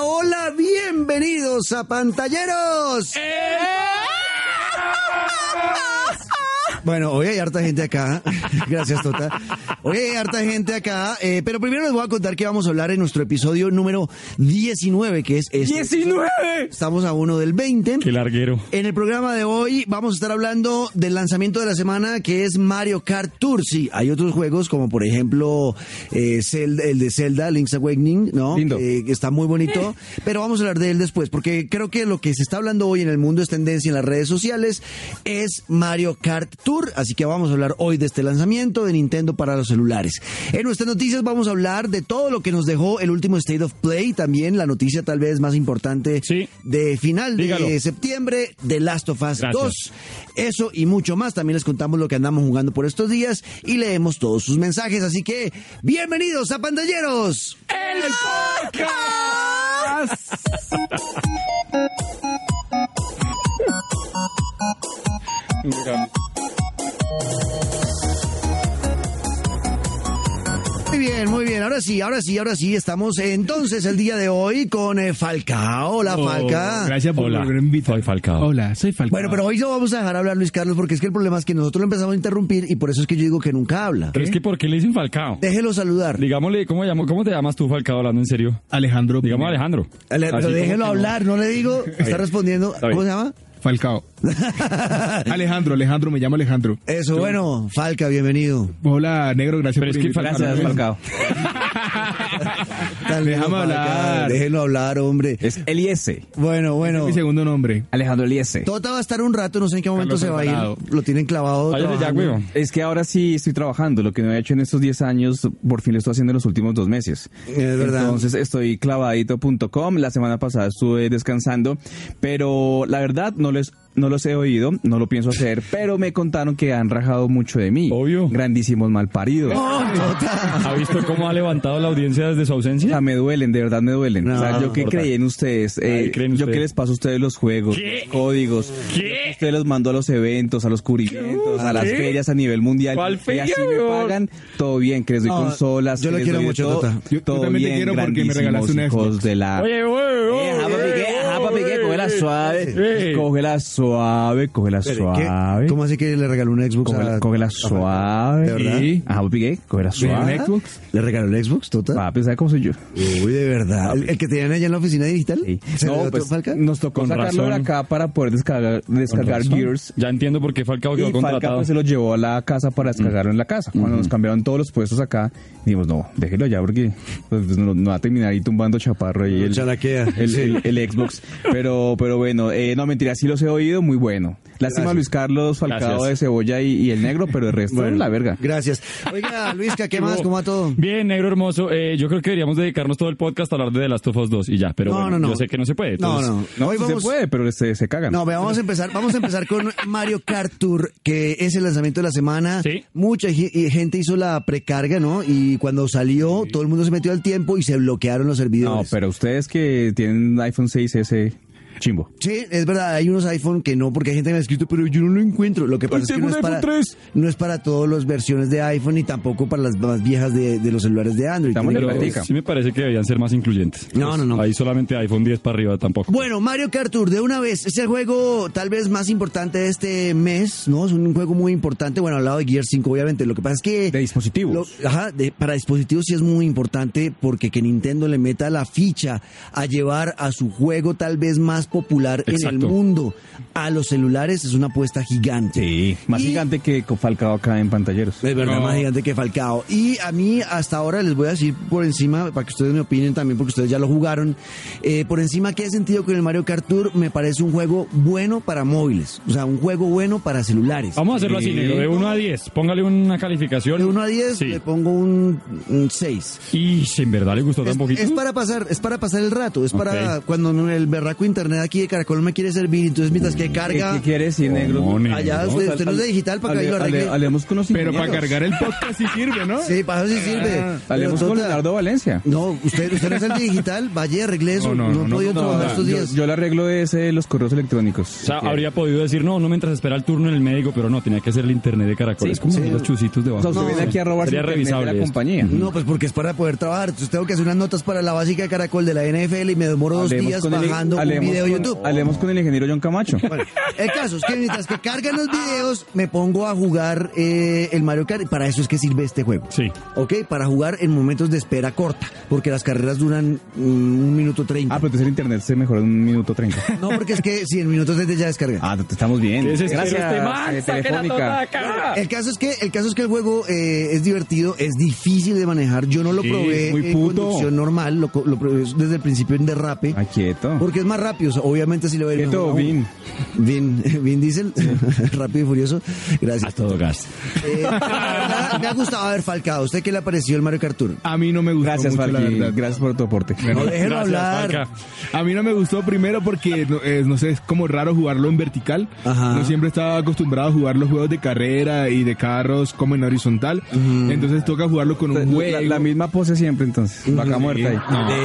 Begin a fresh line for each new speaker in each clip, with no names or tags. hola, bienvenidos a Pantalleros. Bueno, hoy hay harta gente acá. Gracias, Tota. Hoy hay harta gente acá. eh, pero primero les voy a contar que vamos a hablar en nuestro episodio número 19, que es este.
¡19!
Estamos a uno del 20.
¡Qué larguero!
En el programa de hoy vamos a estar hablando del lanzamiento de la semana que es Mario Kart Tour. Sí, hay otros juegos como por ejemplo eh, Zelda- el de Zelda, Link's Awakening, ¿no?
Lindo.
Eh, que está muy bonito, pero vamos a hablar de él después porque creo que lo que se está hablando hoy en el mundo es tendencia en las redes sociales es Mario Kart Tour, así que vamos a hablar hoy de este lanzamiento de Nintendo para los celulares. En nuestras noticias vamos a hablar de todo lo que nos dejó el último State of Play, también la noticia tal vez más importante
Sí.
de final
Dígalo.
de septiembre de Last of Us
Gracias.
2. Eso y mucho más. También les contamos lo que andamos jugando por estos días y leemos todos sus mensajes. Así que, bienvenidos a Pantalleros. Muy bien, muy bien. Ahora sí, ahora sí, ahora sí. Estamos eh, entonces el día de hoy con eh, Falcao. Hola,
Oh,
Falca.
Oh, Gracias por
Hola,
volver a invitar.
soy Falcao.
Hola, soy Falcao.
Bueno, pero hoy lo vamos a dejar hablar Luis Carlos porque es que el problema es que nosotros lo empezamos a interrumpir y por eso es que yo digo que nunca habla.
Pero es que ¿por qué le dicen Falcao?
Déjelo saludar.
Digámosle, ¿cómo, llamo- ¿cómo te llamas tú, Falcao, hablando en serio?
Alejandro.
Digamos
Pineda.
Alejandro.
Ale-
Así
Eh, Pero
como
déjelo
que no.
hablar, no le digo. Está
bien.
respondiendo.
Está
¿Cómo se
bien.
llama?
Falcao. Alejandro, Alejandro, me llamo Alejandro.
Eso, bueno, Falca, bienvenido.
Hola, negro, gracias
Pero
por
es que
invitarme.
Falcao- Gracias, Falcao.
Tan lindo
Déjame
para acá,
hablar.
Déjenlo hablar, hombre.
Es Eliese,
Bueno, bueno.
Mi segundo nombre.
Alejandro Eliese.
Tota va a estar un rato, no sé en qué momento
Carlos
se va a
Alvarado.
ir. Lo tienen clavado. tota.
Váyase ya,
trabajando.
weón.
Es que ahora sí estoy trabajando, lo que no he hecho en estos 10 años, por fin lo estoy haciendo en los últimos dos meses.
Es verdad.
Entonces estoy clavadito.com, la semana pasada estuve descansando, pero la verdad no les... No los he oído, no lo pienso hacer, pero me contaron que han rajado mucho de mí.
Obvio.
Grandísimos malparidos.
No, Tota.
¿Ha visto cómo ha levantado la audiencia desde su
O sea,
ausencia?
me duelen, de verdad me duelen.
No,
o sea,
no
yo que
importa.
creí en ustedes. eh,
Ay, creen
yo
ustedes.
que les paso a ustedes los juegos,
¿Qué?
los códigos.
¿Qué?
Ustedes los mando a los eventos, a los cubrimientos, a las
¿Qué?
ferias a nivel mundial.
¿Cuál
y así
feria,
me
weón?
pagan, todo bien, que les doy
No,
consolas.
yo
que
le
les
quiero
doy de
mucho,
todo,
Tota.
Yo- yo
todo
también te
bien,
quiero porque me regalaste
grandísimos
una
hijos
Xbox.
de la...
Oye, güey, güey,
Eh, Japa
güey,
Piqué, Japa
güey,
Piqué, cógela
güey.
suave,
eh, Sí.
cógela suave, cógela
¿Qué?
suave,
¿Cómo así que le regaló un Xbox?
cógela
a-
cógela
¿De
suave.
verdad?
Sí. A Japa Piqué, cógela
¿De
suave.
un Xbox?
¿Le regaló el Xbox, Tota?
Papi, ¿sabes cómo soy yo?
Uy, de verdad. ¿El, el que tenían allá en la oficina digital?
Sí.
¿Se le
No,
dio
pues
todo, Falca?
nos tocó
Con
sacarlo de
razón.
acá para poder descargar, descargar Gears.
Ya entiendo por qué Falcao quedó
Y Falca
contratado.
pues, se lo Mm. llevó a la casa para descargarlo en la casa. Cuando nos cambiaron todos los puestos acá, dijimos, no, déjelo ya porque pues, no, no va a terminar ahí tumbando chaparro y el,
Chalaquea.
el,
Sí.
el- el Xbox. Pero, pero bueno, eh, no mentira, sí los he oído, muy bueno. Lástima Luis Carlos, Falcao
Gracias.
de Cebolla y, y el negro, pero el resto
Bueno,
la verga.
Gracias. Oiga, Luisca, ¿qué más? ¿Cómo va todo?
Bien, negro hermoso. Eh, yo creo que deberíamos dedicarnos todo el podcast a hablar de The Last of Us 2 y ya, pero
No,
bueno,
no, no.
yo sé que no se puede.
No,
entonces-
no.
No,
Hoy
sí
vamos-
se puede, pero este, se, se cagan.
No, vea, vamos a empezar, vamos a empezar con Mario Kart Tour, que es el lanzamiento de la semana.
Sí.
Mucha gi- y gente hizo la precarga, ¿no? Y cuando salió, todo el mundo se metió al tiempo y se bloquearon los servidores.
No, pero ustedes que tienen iPhone 6S, chimbo.
Sí, es verdad, hay unos iPhone que no, porque hay gente que me ha escrito, pero yo no lo encuentro. Lo que pasa es que
tengo
no es,
un
para,
iPhone 3.
no es para todas las versiones de iPhone y tampoco para las más viejas de, de los celulares de Android.
Estamos en
Tiene
la
que-
plática.
Sí me parece que deberían ser más incluyentes.
No, no, no.
Ahí solamente iPhone 10 para arriba tampoco.
Bueno, Mario Kart Tour, de una vez, es el juego tal vez más importante de este mes, ¿no? Es un juego muy importante, bueno, al lado de Gear 5, obviamente. Lo que pasa es que...
De dispositivos.
lo- ajá, de- para dispositivos sí es muy importante porque que Nintendo le meta la ficha a llevar a su juego tal vez más popular en el
Exacto.
mundo a los celulares es una apuesta gigante.
Sí, más
Y-
gigante que con Falcao acá en pantalleros.
Es verdad,
No.
más gigante que Falcao. Y a mí, hasta ahora, les voy a decir por encima, para que ustedes me opinen también, porque ustedes ya lo jugaron. eh, por encima, que he sentido con el Mario Kart Tour, me parece un juego bueno para móviles. O sea, un juego bueno para celulares.
Vamos a hacerlo así, negro, de 1 a 10. Póngale una calificación.
De 1 a 10,
Sí.
le pongo un 6.
Y si en verdad le gustó
Es,
tan poquito.
es para pasar, es para pasar el rato, es para
Ok.
cuando en el berraco internet internet aquí de Caracol me quiere servir, entonces mientras que
¿Qué,
carga...
qué quiere decir, negro?
Demonios.
Allá
Vamos
usted,
al-
usted no es de
al-
digital para que ahí
hable-
lo arregle.
hable- hablemos con los
Pero para
ingenieros.
cargar el podcast sí sirve, ¿no?
Sí, para eso sí sirve.
Ah, Hablemos
Pero,
con
Tota,
Leonardo Valencia.
No, usted, usted no es el de digital, vaya y arregle eso.
No,
No,
no,
he
no,
podido
no,
trabajar
no,
estos
Yo,
días.
yo le arreglo es eh, los correos electrónicos.
O sea, habría podido decir, no, no mientras espera el turno en el médico, pero no, tenía que hacer el internet de caracol.
Sí,
es como
sí.
los chusitos de
O sea,
abajo.
usted viene aquí a robarse
Sería
internet de
revisable
la
esto.
compañía.
No, pues porque es para poder trabajar. Entonces tengo que hacer unas notas para la básica de Caracol de la NFL y me demoro dos
Hablemos
días
con el-
bajando un
hablemos
video de
con-
YouTube.
Hablemos con el ingeniero John Camacho. Ah,
Bueno, el caso es que mientras que cargan los videos, me pongo a jugar eh, el Mario Kart. Para eso es que sirve este juego.
Sí.
Ok, para jugar en momentos de espera corta, porque las carreras duran mm, un minuto
Ah,
treinta.
pero entonces el internet se mejoró en un minuto treinta.
No, porque es que si en minuto treinta ya descarga.
Ah, te- estamos bien.
¿Qué desespero
Gracias,
este man?
eh,
Saque la
telefónica.
tota de
Ah.
acá.
El caso es que el caso es que el juego eh, es divertido, es difícil de manejar. Yo no lo
Sí,
probé
muy
en
puto.
conducción normal, lo, co- lo probé desde el principio en derrape.
Ay, Ah, quieto.
Porque es más rápido, o sea, obviamente si le va a ir
Quieto,
mejor a uno.
Vin.
Vin, Vin Diesel, rápido y furioso.
A
Gracias.
todo gas.
Eh, la verdad, me ha gustado haber Falcao. ¿Usted qué le pareció el Mario Kart Tour?
A mí no me gustó
Gracias,
mucho, la
Falqui.
verdad.
Gracias por tu aporte.
No, déjelo hablar.
Juanca.
A mí no me gustó primero porque, no, eh, no sé, es como raro jugarlo en vertical.
Ajá.
No siempre estaba acostumbrado a jugar los juegos de carrera y de carros como en horizontal. Entonces toca jugarlo con un
La,
juego.
la misma pose siempre, entonces. Vaca muerta ahí.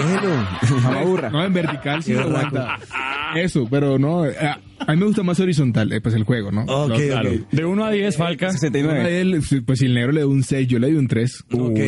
Déjelo.
Mamá burra.
No, en vertical sí
Qué
lo aguanta. Eso, pero no. eh, A mí me gusta más horizontal, eh, pues el juego, ¿no?
Ok,
Lo-
ok.
De 1 a 10, Falca.
69.
A él, pues si el negro le dio un 6, yo le di un 3.
Ok.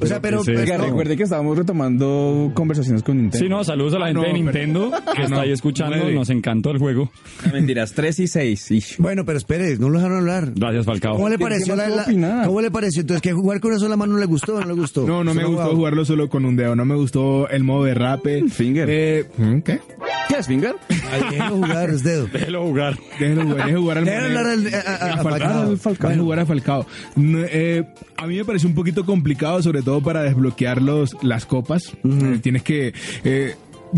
o sea, pero,
¿qué es
pero-
Oiga, recuerde que estábamos retomando conversaciones con Nintendo.
Sí, no, saludos a la
Ah,
gente
no,
de
pero-
Nintendo que
Ah,
está
no,
ahí escuchando.
nueve.
Nos encantó el juego.
Ah, Mentiras, 3 y 6.
bueno, pero espere, no lo dejaron hablar.
Gracias, Falcao.
¿Cómo le
¿Qué- qué
pareció?
más
la-
puedo
la-
opinar?
¿Cómo le pareció? Entonces, que jugar con una sola mano no le gustó, o no Mm, le gustó.
No, no me
Solo
gustó
jugaba.
jugarlo solo con un dedo. No me gustó el modo de rape.
Finger.
Eh, ¿Qué?
¿Qué es, Finger?
Ay, déjelo jugar, es dedo.
Déjelo jugar.
Déjelo jugar, déjelo jugar al
Déjalo
Monero.
hablar al- a- a- a
A Falcao.
Falcao.
Al Falcao. Déjelo jugar a Falcao. No, eh, a mí me pareció un poquito complicado, sobre todo para desbloquear los, las copas. Eh, Tienes que... eh,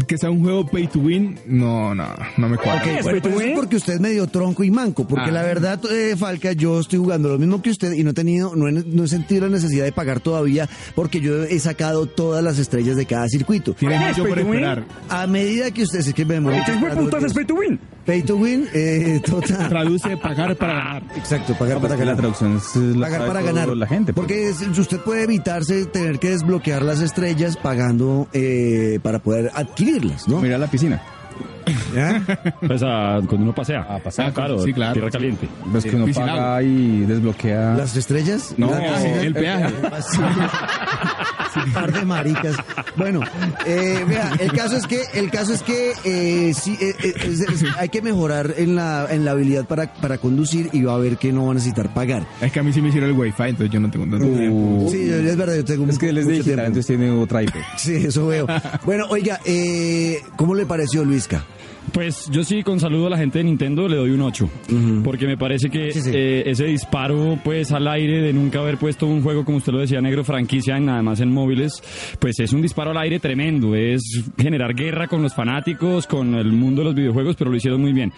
que sea un juego pay to win, no, no, no me cuadra.
Ok, bueno, pero eso es porque usted es medio tronco y manco, porque
Pues, Ah.
la verdad, eh, Falca, yo estoy jugando lo mismo que usted y no he tenido, no he, no he sentido la necesidad de pagar todavía, porque yo he sacado todas las estrellas de cada circuito.
Tienes mucho por
pay to win?
esperar.
A medida que usted, es que me demoré esperando dos días.
to win.
Pay to win, eh, total.
Traduce pagar para ganar.
Exacto, pagar para
la
ganar.
traducción es la
pagar
sabe
para
todo
ganar.
La gente. pues.
Porque es- usted puede evitarse tener que desbloquear las estrellas pagando eh, para poder adquirirlas, ¿no?
Mira la piscina.
¿Ya?
Pues ah, cuando uno pasea. Ah,
pasear,
claro.
sí, claro.
Tierra caliente.
Ves que uno
Piscina.
paga y desbloquea.
¿Las estrellas?
No,
¿La gasolina?
el peaje.
Sí, par de maricas. Bueno, eh, vea, el caso es que, el caso es que eh, sí, eh, eh, es- es- hay que mejorar en la, en la habilidad para, para conducir y va a ver que no va a necesitar pagar.
Es que a mí sí me hicieron el wifi, entonces yo no tengo tanto tiempo.
Uh,
Sí, yo- es verdad, yo tengo
es que les
mucho
dije,
tiempo.
entonces tiene otra IP.
Sí, eso veo. Bueno, oiga, eh, ¿cómo le pareció Luisca?
Pues yo sí, con saludo a la gente de Nintendo, le doy un 8. Porque me parece que
Sí, sí.
eh, ese disparo pues al aire de nunca haber puesto un juego, como usted lo decía, negro franquicia, en, además en móviles, pues es un disparo al aire tremendo. Es generar guerra con los fanáticos, con el mundo de los videojuegos, pero lo hicieron muy bien.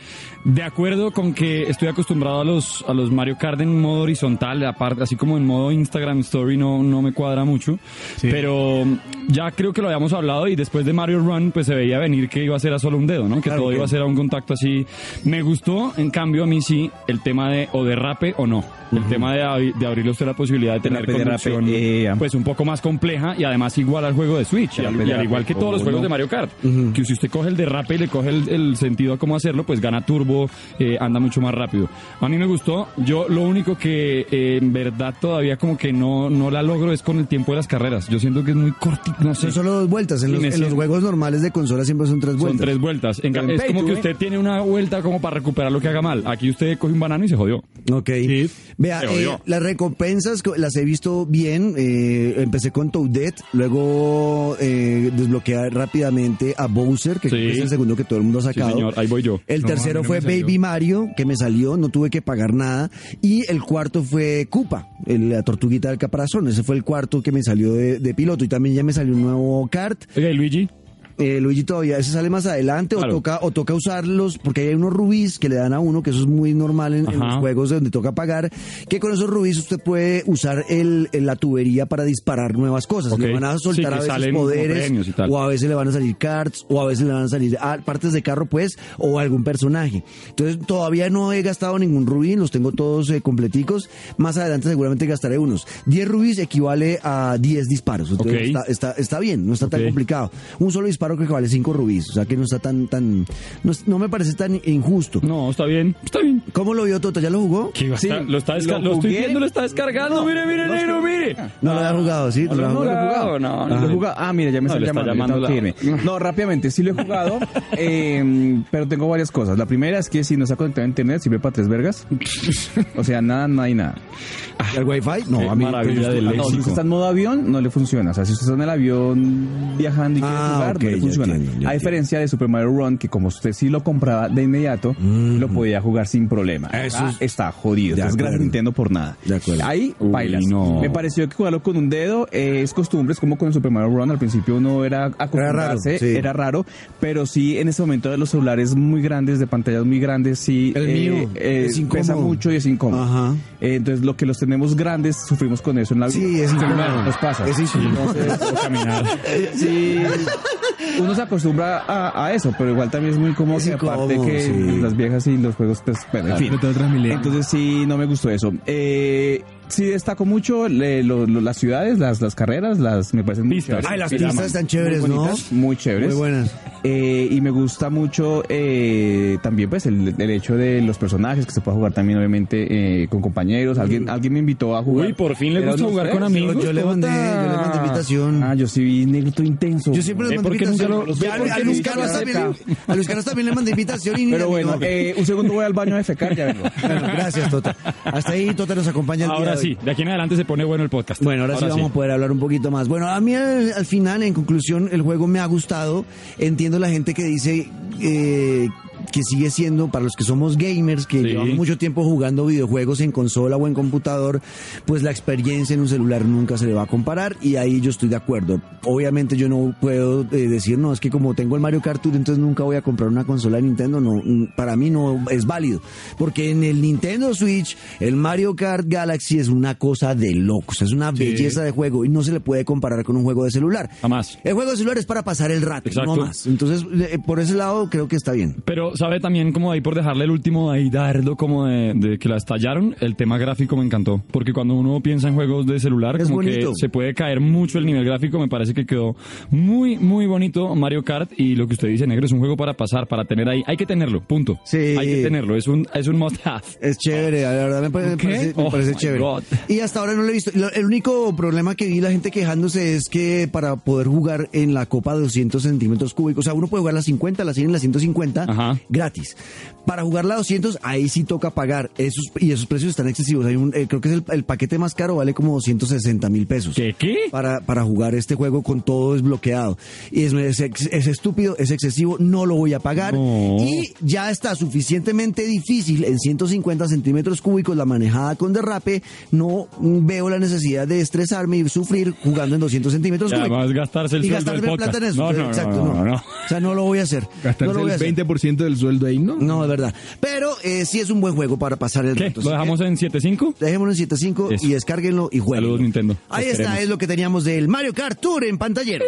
De acuerdo con que estoy acostumbrado a los, a los Mario Kart en modo horizontal, aparte, así como en modo Instagram Story no, no me cuadra mucho, pero mm, ya creo que lo habíamos hablado y después de Mario Run pues se veía venir que iba a ser a solo un dedo, ¿no? Que
Claro,
todo
que-
iba a ser a un contacto así. Me gustó, en cambio a mí sí, el tema de o derrape o no. El tema de, ab- de abrirle a usted la posibilidad de tener
Derrape, derrape,
conducción
eh, ah.
pues un poco más compleja y además igual al juego de Switch y al,
Derrape,
y al igual
derrape,
que todos los
o
juegos
no.
de Mario Kart. Que si usted coge el derrape y le coge el, el sentido a cómo hacerlo, pues gana turbo, eh, anda mucho más rápido. A mí me gustó. Yo lo único que eh, en verdad todavía como que no, no la logro es con el tiempo de las carreras. Yo siento que es muy cortito, no sé.
Son solo dos vueltas. En
Sí,
los,
me
en los
siento-
juegos normales de consola siempre son tres
Son
vueltas.
tres vueltas. En ca-
Pero en
es
pay
como
to
que
win.
usted tiene una vuelta como para recuperar lo que haga mal. Aquí usted coge un banano y se jodió.
Ok.
Sí.
Vea,
Se
eh,
jodió.
las recompensas co- las he visto bien. eh, empecé con Toadette, luego eh, desbloqueé rápidamente a Bowser, que
Sí.
creo que es el segundo que todo el mundo ha
Sí,
sacado.
señor, ahí voy yo.
El
No,
tercero
a mí no
fue
me salió.
Baby Mario, que me salió, no tuve que pagar nada. Y el cuarto fue Koopa, el- la tortuguita del caparazón. Ese fue el cuarto que me salió de, de piloto. Y también ya me salió un nuevo kart.
Oiga, ¿y Luigi.
eh, Luigi todavía ese sale más adelante
Claro.
o toca o toca usarlos porque hay unos rubíes que le dan a uno que eso es muy normal en, en
Ajá.
los juegos donde toca pagar que con esos rubíes usted puede usar el, el- la tubería para disparar nuevas cosas
Ok.
le van a
Sí,
soltar
que
a veces
salen como premios y
poderes
tal.
o a veces le van a salir carts o a veces le van a salir ah, partes de carro pues o algún personaje entonces todavía no he gastado ningún rubí los tengo todos eh, completicos más adelante seguramente gastaré unos 10 rubíes equivale a 10 disparos entonces
Ok.
está, está, está bien no está tan
Ok.
complicado un solo disparo creo que vale 5 rubíes o sea que no está tan tan no, es- no me parece tan injusto
No, está bien, está bien.
¿cómo lo vio Toto? ¿ya lo jugó?
Que va a
Sí,
estar- lo está
lo
desca- lo, estoy
jugué.
viendo, lo está descargando. mire, mire, negro, mire.
no lo
Ah,
había jugado sí
no,
había
no,
jugado.
no. jugado,
No,
no.
lo he jugado. Ah, mira, ya me
No,
están
le está
llamando. yo
llamando
tengo que irme. No, rápidamente, sí lo he jugado, eh, pero tengo varias cosas. La primera es que si no está conectado a internet, sirve para tres vergas. O sea, nada, no hay nada.
¿el wifi? no
Qué
a mí
maravilla
pues,
de
no,
ley.
Ah, No, si
Léxico.
usted está en modo avión, no le funciona. O sea, si usted está en el avión viajando y quiere
Ah,
jugar,
ok,
no le
ya
funciona.
entiendo, ya entiendo.
a diferencia de Super Mario Run, que como usted sí lo compraba de inmediato, lo podía jugar sin problema.
Eso
Eso
es-
está jodido.
De
Entonces, gracias
acuerdo.
Nintendo por nada.
De acuerdo.
Ahí
Uy,
bailas.
no.
Me pareció que jugarlo con un dedo eh, es costumbre, es como con el Super Mario Run. Al principio uno era acostumbrarse,
sí.
era raro, pero sí en ese momento de los celulares muy grandes, de pantallas muy grandes, sí eh,
El mío, es
pesa
incómodo.
mucho y es incómodo.
Ajá.
Eh, entonces, lo que los tenemos grandes, sufrimos con eso en la vida.
Sí, es incómodo.
Nos pasa.
Es Pues, incómodo.
O caminar.
Sí. Uno se acostumbra a, a eso, pero igual también es muy cómodo.
Es
y aparte
incómodo,
que
sí.
las viejas y los juegos, pues, bueno, en fin.
Pero otras milenias.
Entonces, sí, no me gustó eso. Eh, sí destaco mucho le- lo- lo- las ciudades, las, las carreras, las me parecen muy
Pistas.
chéveres.
Ay, las
Me
pistas
llaman.
están chéveres,
Muy
¿no?
bonitas, Muy chéveres.
muy buenas
Eh, y me gusta mucho eh, también pues el, el hecho de los personajes que se puede jugar también obviamente eh, con compañeros. Alguien alguien me invitó a jugar.
Uy, por fin le
Era
gusta
uno de
jugar con
ustedes.
amigos.
yo le mandé yo le mandé invitación
Tota- Ah, yo sí vi negrito intenso.
Yo siempre les
Eh,
mando
¿por qué nunca
invitación.
lo-
Ya,
ve,
a,
por
a
qué
Luz
nunca
Carlos
lo
también,
acepta?
a Luz Carlos también le mandé invitación y ni
Pero
a mí
bueno,
no.
eh, un segundo voy al baño a fecar, ya vengo.
Bueno, gracias, Tota. Hasta ahí Tota nos acompaña el día
Ahora
de hoy.
sí, de aquí en adelante se pone bueno el podcast.
Bueno, ahora, sí vamos a poder hablar un poquito más. Bueno, a mí al, al final, en conclusión, el juego me ha gustado. Entiendo la gente que dice eh, que sigue siendo, para los que somos gamers, que
Sí.
llevamos mucho tiempo jugando videojuegos en consola o en computador, pues la experiencia en un celular nunca se le va a comparar y ahí yo estoy de acuerdo. Obviamente yo no puedo eh, decir, no, es que como tengo el Mario Kart Tour, entonces nunca voy a comprar una consola de Nintendo. No, mm, para mí no es válido. Porque en el Nintendo Switch, el Mario Kart Galaxy es una cosa de locos. Es una belleza de juego y no se le puede comparar con un juego de celular.
Jamás.
El juego de celular es para pasar el rato,
Exacto.
no más. Entonces, eh, por ese lado creo que está bien.
Pero sabe también como ahí por dejarle el último ahí dardo como de, de que la estallaron, el tema gráfico me encantó, porque cuando uno piensa en juegos de celular
Es
como
bonito.
que se puede caer mucho el nivel gráfico, me parece que quedó muy muy bonito Mario Kart y lo que usted dice, negro, es un juego para pasar, para tener ahí, hay que tenerlo, punto.
Sí.
Hay que tenerlo, es un es un must have.
Es chévere, la verdad me parece, me
¿Qué?
parece- me
Oh,
parece
my
chévere.
God.
Y hasta ahora no lo he visto. Lo- el único problema que vi la gente quejándose es que para poder jugar en la copa de 200 centímetros cúbicos, o sea, uno puede jugar la 50, la 100 y la 150
Ajá.
gratis. Para jugar la 200, ahí sí toca pagar. Esos, y esos precios están excesivos. Hay un, eh, creo que es el, el paquete más caro, vale como 260 mil pesos
¿Qué qué?
para, para jugar este juego con todo desbloqueado. Y es, es, ex- es estúpido, es excesivo, no lo voy a pagar.
No.
Y ya está suficientemente difícil en 150 centímetros cúbicos la manejada con derrape. No veo la necesidad de estresarme y sufrir jugando en 200 centímetros
Y
cúbicos.
además gastarse el
y
sueldo del
gastarme plata en
podcast.
eso.
No, no, no,
Exacto,
no, no, no.
O sea, no lo voy a hacer. no
Gastarse
lo voy a
el
hacer.
20% del sueldo ahí, ¿no?
No, es verdad. Pero eh, sí es un buen juego para pasar el
¿Qué?
rato.
¿Lo
Así que-
dejamos en 75?
Dejémoslo en 7.5
Eso.
y descárguenlo y jueguen.
Saludos, Nintendo.
Ahí
Los
está,
queremos.
es lo que teníamos del Mario Kart Tour en pantalleros.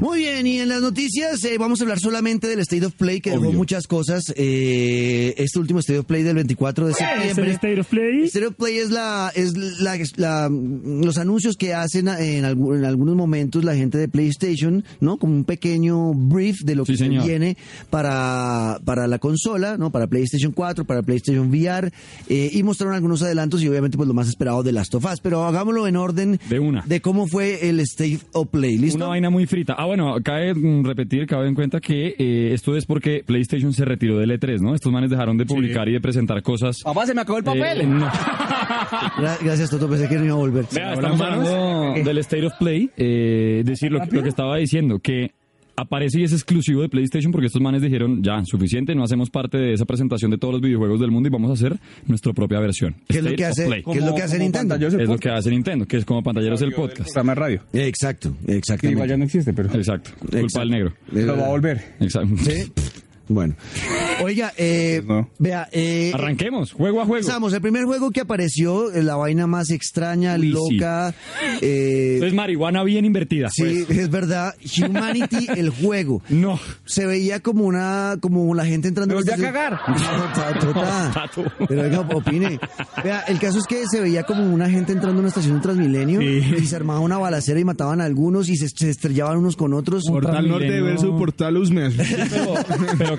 Muy bien, y en las noticias eh, vamos a hablar solamente del State of Play, que dejó muchas cosas. Eh, este último State of Play del 24 de septiembre.
State of Play?
State of Play es la es la, la- mm, los anuncios que hacen en, algu- en algunos momentos la gente de PlayStation, ¿no? Como un pequeño brief de lo
Sí,
que se
señor.
viene para, para la consola, ¿no? Para PlayStation 4, para PlayStation VR eh, y mostraron algunos adelantos y obviamente pues lo más esperado de Last of Us, pero hagámoslo en orden
De una.
de cómo fue el State of Play, ¿listo?
Una vaina muy frita. Ah, bueno, cae, mm, repetir, cabe en cuenta que eh, esto es porque PlayStation se retiró del E3, ¿no? Estos manes dejaron de publicar y de presentar cosas.
Papá, se me acabó el papel.
Eh, no.
Gra- Gracias, Toto. Pensé que no iba a volver.
Vea, estamos hablando del State of Play. eh, decir lo, lo que estaba diciendo, que aparece y es exclusivo de PlayStation porque estos manes dijeron, ya, suficiente, no hacemos parte de esa presentación de todos los videojuegos del mundo y vamos a hacer nuestra propia versión.
¿Qué es lo
State
que
of
hace-
Play.
¿Qué es lo que hace Nintendo?
Es lo que hace Nintendo, que es como pantalleros el podcast.
Programa de radio.
Exacto,
Que igual ya
exactamente.
no existe, pero
Exacto, culpa
Exacto.
del negro.
Es
lo va a
verdad.
volver.
Exacto.
Sí. Bueno. Oiga, eh,
No.
vea, eh,
Arranquemos, juego a juego.
empezamos. El primer juego que apareció, eh, la vaina más extraña,
Uy, sí.
loca. eh,
Entonces, pues. marihuana bien invertida.
sí, es verdad. Humanity, el juego.
Pues, no.
Se veía como una, como la gente entrando.
Me
a
volví a cagar.
No,
No,
Tato,
Tato.
ta. Pero oiga, opine. Vea, el caso es que se veía como una gente entrando a una estación de Transmilenio y se armaba una balacera y mataban a algunos y se, se estrellaban unos con otros.
Portal Norte
Transmilenio.
versus Portal Usmes.
Pero,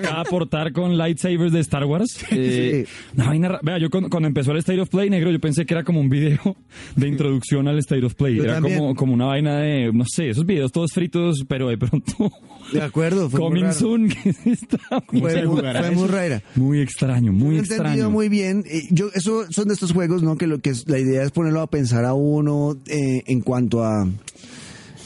pero cada portar con lightsabers de Star Wars. eh,
Sí.
una vaina ra- Vea, yo cuando, cuando empezó el State of Play negro, yo pensé que era como un video de introducción al State of Play.
Yo
era
también.
como, como una vaina de, no sé, esos videos todos fritos, pero de pronto.
De acuerdo. Fue muy
Coming
raro.
soon, que está muy,
Fue, muy-
jugará
fue muy rara.
muy extraño,
No
muy
he
extraño.
entendido muy bien. Eh, Yo, eso son de estos juegos, ¿no? Que lo que es- la idea es ponerlo a pensar a uno eh, en cuanto a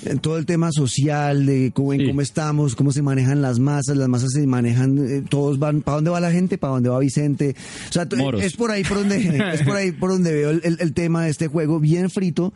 en todo el tema social, de cómo, en
Sí.
cómo estamos, cómo se manejan las masas, las masas se manejan, eh, todos van, ¿para dónde va la gente? ¿Para dónde va Vicente? O sea, t-
Moros.
es por ahí por donde, es por ahí por donde veo el, el- el tema de este juego bien frito.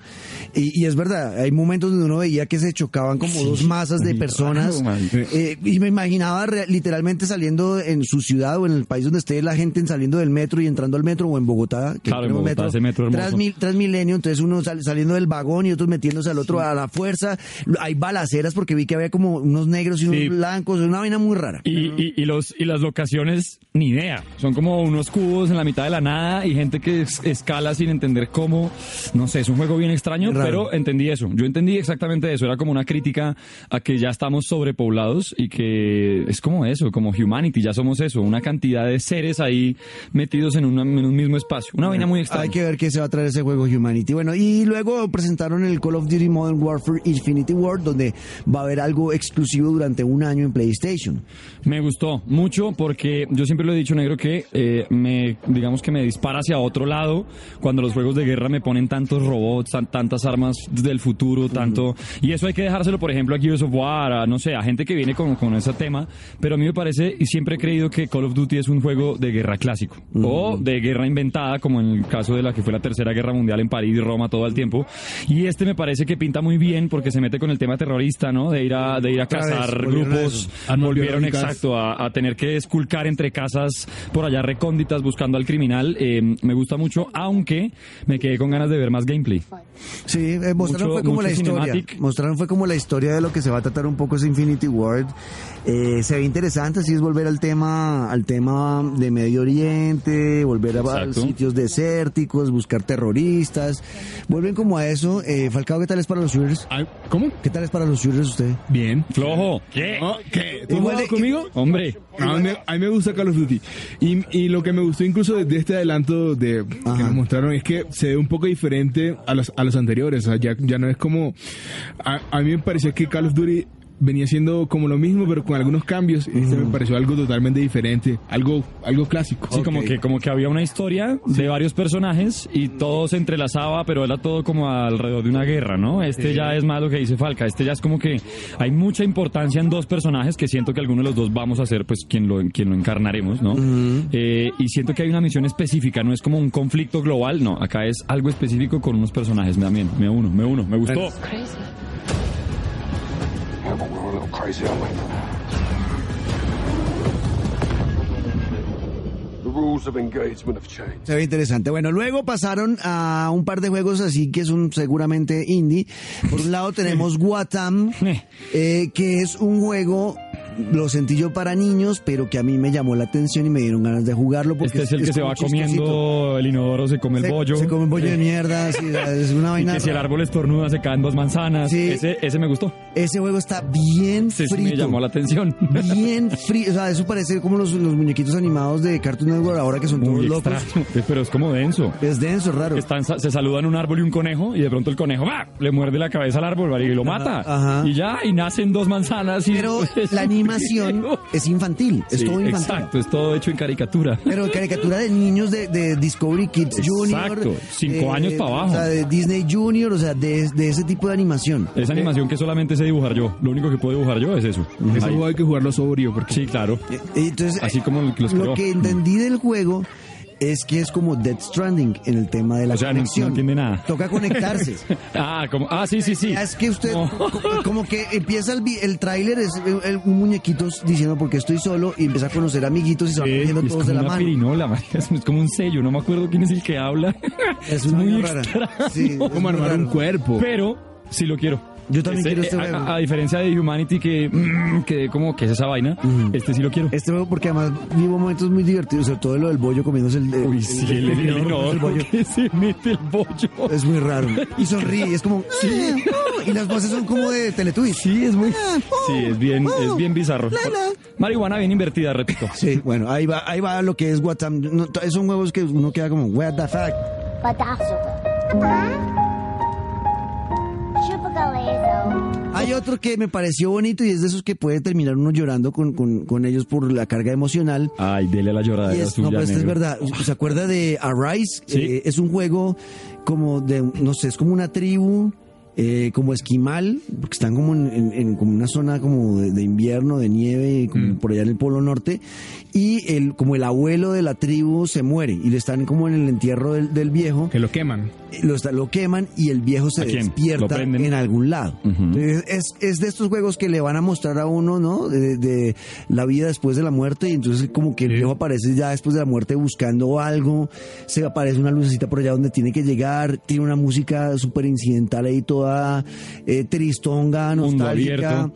Y, y es verdad, hay momentos donde uno veía que se chocaban como dos masas de personas.
man.
Eh, y me imaginaba re- literalmente saliendo en su ciudad o en el país donde esté la gente en saliendo del metro y entrando al metro o en Bogotá. Que
Claro, en
tenemos
Bogotá, ese metro hermoso.
Transmi- Transmilenio, entonces uno sal- saliendo del vagón y otros metiéndose al otro a la fuerza. Hay balaceras porque vi que había como unos negros y unos
Sí.
blancos, una vaina muy rara.
Y, y, y los, y las locaciones, ni idea. Son como unos cubos en la mitad de la nada y gente que es- escala sin entender cómo. No sé, es un juego bien extraño,
Raro.
pero entendí eso. Yo entendí exactamente eso. Era como una crítica a que ya estamos sobrepoblados y que es como eso, como humanity, ya somos eso. Una cantidad de seres ahí metidos en, una- en un mismo espacio. Una vaina muy extraña.
Hay que ver qué se va a traer ese juego Humanity. Bueno, y luego presentaron el Call of Duty Modern Warfare Infinity War, donde va a haber algo exclusivo durante un año en PlayStation.
Me gustó mucho porque yo siempre lo he dicho, negro, que eh, me, digamos que me dispara hacia otro lado cuando los juegos de guerra me ponen tantos robots, tan- tantas armas del futuro, tanto. Y eso hay que dejárselo, por ejemplo, a Gears of War, a, no sé, a gente que viene con, con ese tema. Pero a mí me parece, y siempre he creído que Call of Duty es un juego de guerra clásico o de guerra inventada, como en el caso de la que fue la Tercera Guerra Mundial en París y Roma todo el tiempo. Y este me parece que pinta muy bien porque se mete con el tema terrorista, ¿no? De ir a, de ir a
Otra vez,
cazar
volvieron a
grupos,
eso. Armas
volvieron
biológicas.
exacto respecto a, a tener que esculcar entre casas por allá recónditas buscando al criminal, eh, me gusta mucho, aunque me quedé con ganas de ver más gameplay.
Sí, eh, mostraron
Mucho-
fue como
mucho
la historia.
cinematic.
Mostraron fue como la historia de lo que se va a tratar un poco ese Infinity World. Eh, se ve interesante, así es volver al tema, al tema de Medio Oriente, volver a a
Exacto.
sitios desérticos, buscar terroristas. Vuelven como a eso. Eh, Falcao, ¿qué tal es para los shooters?
Ay, ¿Cómo?
¿Qué tal es para los shooters usted?
Bien.
Flojo. ¿Qué?
Oh, ¿Qué? ¿Tú
Igual
has jugado
de-
conmigo?
Hombre.
No, a, mí, a mí me gusta Call of Duty. Y, y lo que me gustó incluso de, de este adelanto de,
Ajá.
que nos mostraron es que se ve un poco diferente a los, a los anteriores. O sea, ya, ya no es como... A, a mí me pareció que Call of Duty venía siendo como lo mismo, pero con algunos cambios. Y este me pareció algo totalmente diferente. Algo, algo clásico.
Sí, como
Ok.
que como que había una historia de varios personajes y todo se entrelazaba, pero era todo como alrededor de una guerra, ¿no? Este ya es más lo que dice Falca, este ya es como que hay mucha importancia en dos personajes que siento que alguno de los dos vamos a ser pues quien lo quien lo encarnaremos, ¿no? Eh, y siento que hay una misión específica, no es como un conflicto global, no, acá es algo específico con unos personajes, me también, me uno, me uno, me gustó.
crazy.
Yeah, but we were a little crazy, aren't we? The rules of engagement have changed.
Se ve interesante. Bueno, luego pasaron a un par de juegos así que son seguramente indie. Por un lado tenemos Watam,
Eh.
eh, que es un juego lo sentí yo para niños, pero que a mí me llamó la atención y me dieron ganas de jugarlo. Porque
Este es el que se
como
va
chistosito.
comiendo el inodoro, se come el
Se-
bollo.
Se come un bollo de mierda, sí, es una
Y
vaina.
que si el
rara.
árbol estornuda se caen dos manzanas.
Sí.
Ese, ese me gustó.
Ese juego está bien
Ese sí
frito.
me llamó la atención.
Bien frío, o sea, eso parece como los, los muñequitos animados de Cartoon Network ahora que son todos
Muy
locos.
extraño. Pero es como denso.
Es denso, es raro.
Están, se saludan un árbol y un conejo y de pronto el conejo ¡bah! le muerde la cabeza al árbol ¿vale? y lo mata.
ajá.
Y ya, y nacen dos manzanas. Y
Pero la animación es infantil, es
Sí,
todo infantil.
Exacto, es todo hecho en caricatura.
Pero caricatura de niños de, de Discovery Kids Junior. eh,
Exacto, cinco años pa' abajo.
O sea, de Disney Junior, o sea, de, de ese tipo de animación.
Esa animación que solamente sé dibujar yo. Lo único que puedo dibujar yo es eso.
Ese
Ahí.
juego hay que jugarlo sobrio porque
Sí, claro.
Eh, Entonces,
Así como lo que los
lo
creó. Mm.
que entendí del juego es que es como Death Stranding en el tema de la
O sea, no- no
conexión.
entiende nada.
Toca conectarse.
Ah, como, ah, sí, sí, sí.
Es que usted,
No.
co- como que empieza el, vi- el tráiler, es el- el- un muñequito diciendo porque estoy solo y empieza a conocer amiguitos y se van
Eh,
cogiendo
es
todos
como
de la
una
mano.
pirinola, marica, es como un sello, no me acuerdo quién es el que habla.
Es una
muy
vaina
extraño.
rara. Sí, es
como
muy
armar
raro.
un cuerpo.
Pero sí lo quiero.
Yo también quiero este
eh, a-
juego.
A, a diferencia de Humanity, que mm, quedé como que es esa vaina, este sí lo quiero.
Este juego, porque además vivo momentos muy divertidos, sobre todo lo del bollo comiéndose el. el-
Uy,
el-
sí, el, el,
comiéndose el
inodoro
bollo.
que se mete el bollo.
Es muy raro. Y sonríe, y es como. Sí. Y las voces son como de Teletubbies.
Sí, es muy.
Ah, oh,
Sí, es bien,
oh,
es bien bizarro.
la, la.
Marihuana bien invertida, repito.
Sí, bueno, ahí va, ahí va lo que es WhatsApp. No, t- son huevos que uno queda como, what the fuck.
Badassuka. Chupagalezo.
Hay otro que me pareció bonito y es de esos que puede terminar uno llorando con, con, con ellos por la carga emocional.
Ay, dele a la lloradera
Y es-
suya,
no, pero este es
negro.
verdad. ¿Se acuerda de Arise?
Sí.
Eh, es un juego como de, no sé, es como una tribu, eh, como esquimal, porque están como en, en- en como una zona como de, de invierno, de nieve,
Mm.
como por allá en el Polo Norte, y el, como el abuelo de la tribu se muere y le están como en el entierro del, del viejo,
que lo queman.
lo, está- lo queman y el viejo se
¿A quién? ¿Lo
despierta
prenden?
en algún lado.
Ujú.
Entonces, es, es de estos juegos que le van a mostrar a uno, ¿no? De, de la vida después de la muerte y entonces como que el viejo aparece ya después de la muerte buscando algo, se aparece una lucecita por allá donde tiene que llegar, tiene una música súper incidental ahí toda eh, tristonga,
Mundo
nostálgica.
abierto,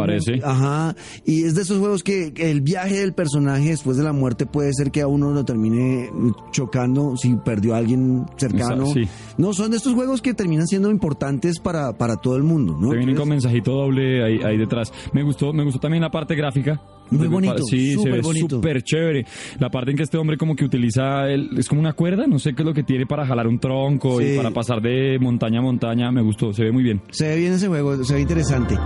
parece.
Ajá. Y es de esos juegos que el viaje del personaje después de la muerte puede ser que a uno lo termine chocando si perdió a alguien cercano.
Exacto, sí.
No, son de estos juegos que terminan siendo importantes para, para todo el mundo, ¿no?
Te vienen
Entonces,
con mensajito doble ahí, ahí detrás. Me gustó, me gustó también la parte gráfica.
Muy
Me-
bonito,
Sí, se
súper
ve
bonito.
súper chévere. La parte en que este hombre como que utiliza, el- es como una cuerda, no sé qué es lo que tiene para jalar un tronco
Sí.
y para pasar de montaña a montaña. Me gustó, se ve muy bien.
Se ve bien ese juego, se ve interesante.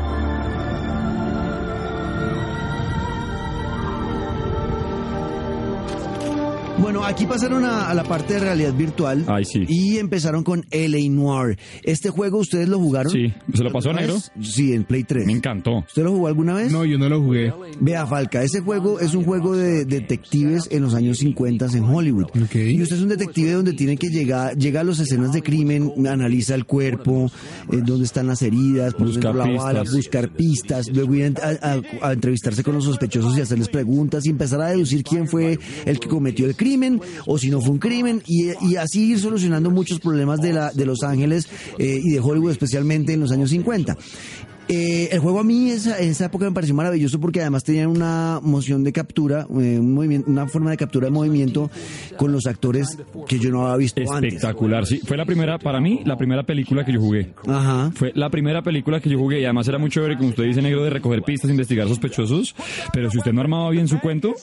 Bueno, aquí pasaron a, a la parte de realidad virtual
Ay, sí.
y empezaron con LA Noir. ¿Este juego ustedes lo jugaron?
Sí, ¿se lo pasó
¿Alguna
negro?
vez? Sí, en Play 3.
Me encantó.
¿Usted lo jugó alguna vez?
No, yo no lo jugué.
Vea, Falca, ese juego es un juego de detectives en los años 50 en Hollywood.
Ok.
Y usted es un detective donde tiene que llegar, llega a las escenas de crimen, analiza el cuerpo, eh, dónde están las heridas, por
Buscar
dentro la bala,
pistas.
buscar pistas, luego ir a, a- a entrevistarse con los sospechosos y hacerles preguntas y empezar a deducir quién fue el que cometió el crimen o si no fue un crimen y, y así ir solucionando muchos problemas de, la, de Los Ángeles eh, y de Hollywood especialmente en los años 50. Eh, el juego a mí esa, esa época me pareció maravilloso porque además tenían una moción de captura, eh, un movimiento- una forma de captura de movimiento con los actores que yo no había visto antes.
Espectacular, sí. Fue la primera, para mí, la primera película que yo jugué.
Ajá.
Fue la primera película que yo jugué y además era muy chévere, como usted dice, negro, de recoger pistas, investigar sospechosos. Pero si usted no armaba bien su cuento,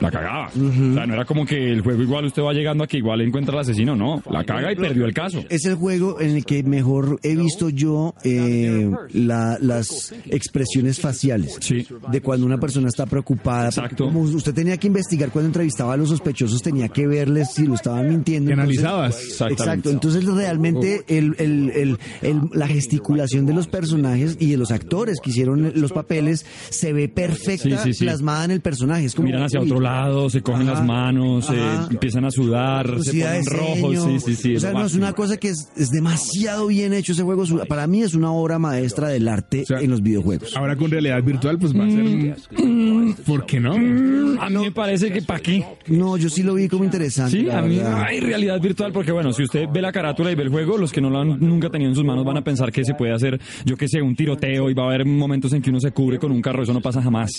la cagaba. O sea, no era como que el juego igual usted va llegando aquí, igual encuentra al asesino. No, la caga y perdió el caso.
Es el juego en el que mejor he visto yo eh, la- las expresiones faciales.
Sí.
De cuando una persona está preocupada. porque
Exacto.
Como usted tenía que investigar cuando entrevistaba a los sospechosos, tenía que verles si lo estaban mintiendo.
Y
entonces-
analizabas.
Exactamente.
Exacto. Entonces realmente el- el- el- el- la gesticulación de los personajes y de los actores que hicieron los papeles se ve perfecta
Sí, sí, sí.
plasmada en el personaje. Es como,
Miran hacia
uy,
otro otro lado, se cogen
Ajá,
las manos, eh,
ajá.
empiezan a sudar, se
Velocidad
ponen
de
rojos, sí,
diseño.
sí, sí.
O
es
sea,
lo
no, es una
máximo.
cosa que es, es demasiado bien hecho ese juego. Es una- Para mí es una obra maestra del arte
sea,
en los videojuegos.
Ahora con realidad virtual, pues va a
Mm.
ser. ¿Por qué no?
A mí me parece que pa' qué.
No, yo sí lo vi como interesante.
Sí,
la
a mí
verdad.
hay realidad virtual porque bueno, si usted ve la carátula y ve el juego, los que no lo han nunca tenido en sus manos van a pensar que se puede hacer, yo que sé, un tiroteo y va a haber momentos en que uno se cubre con un carro, eso no pasa jamás,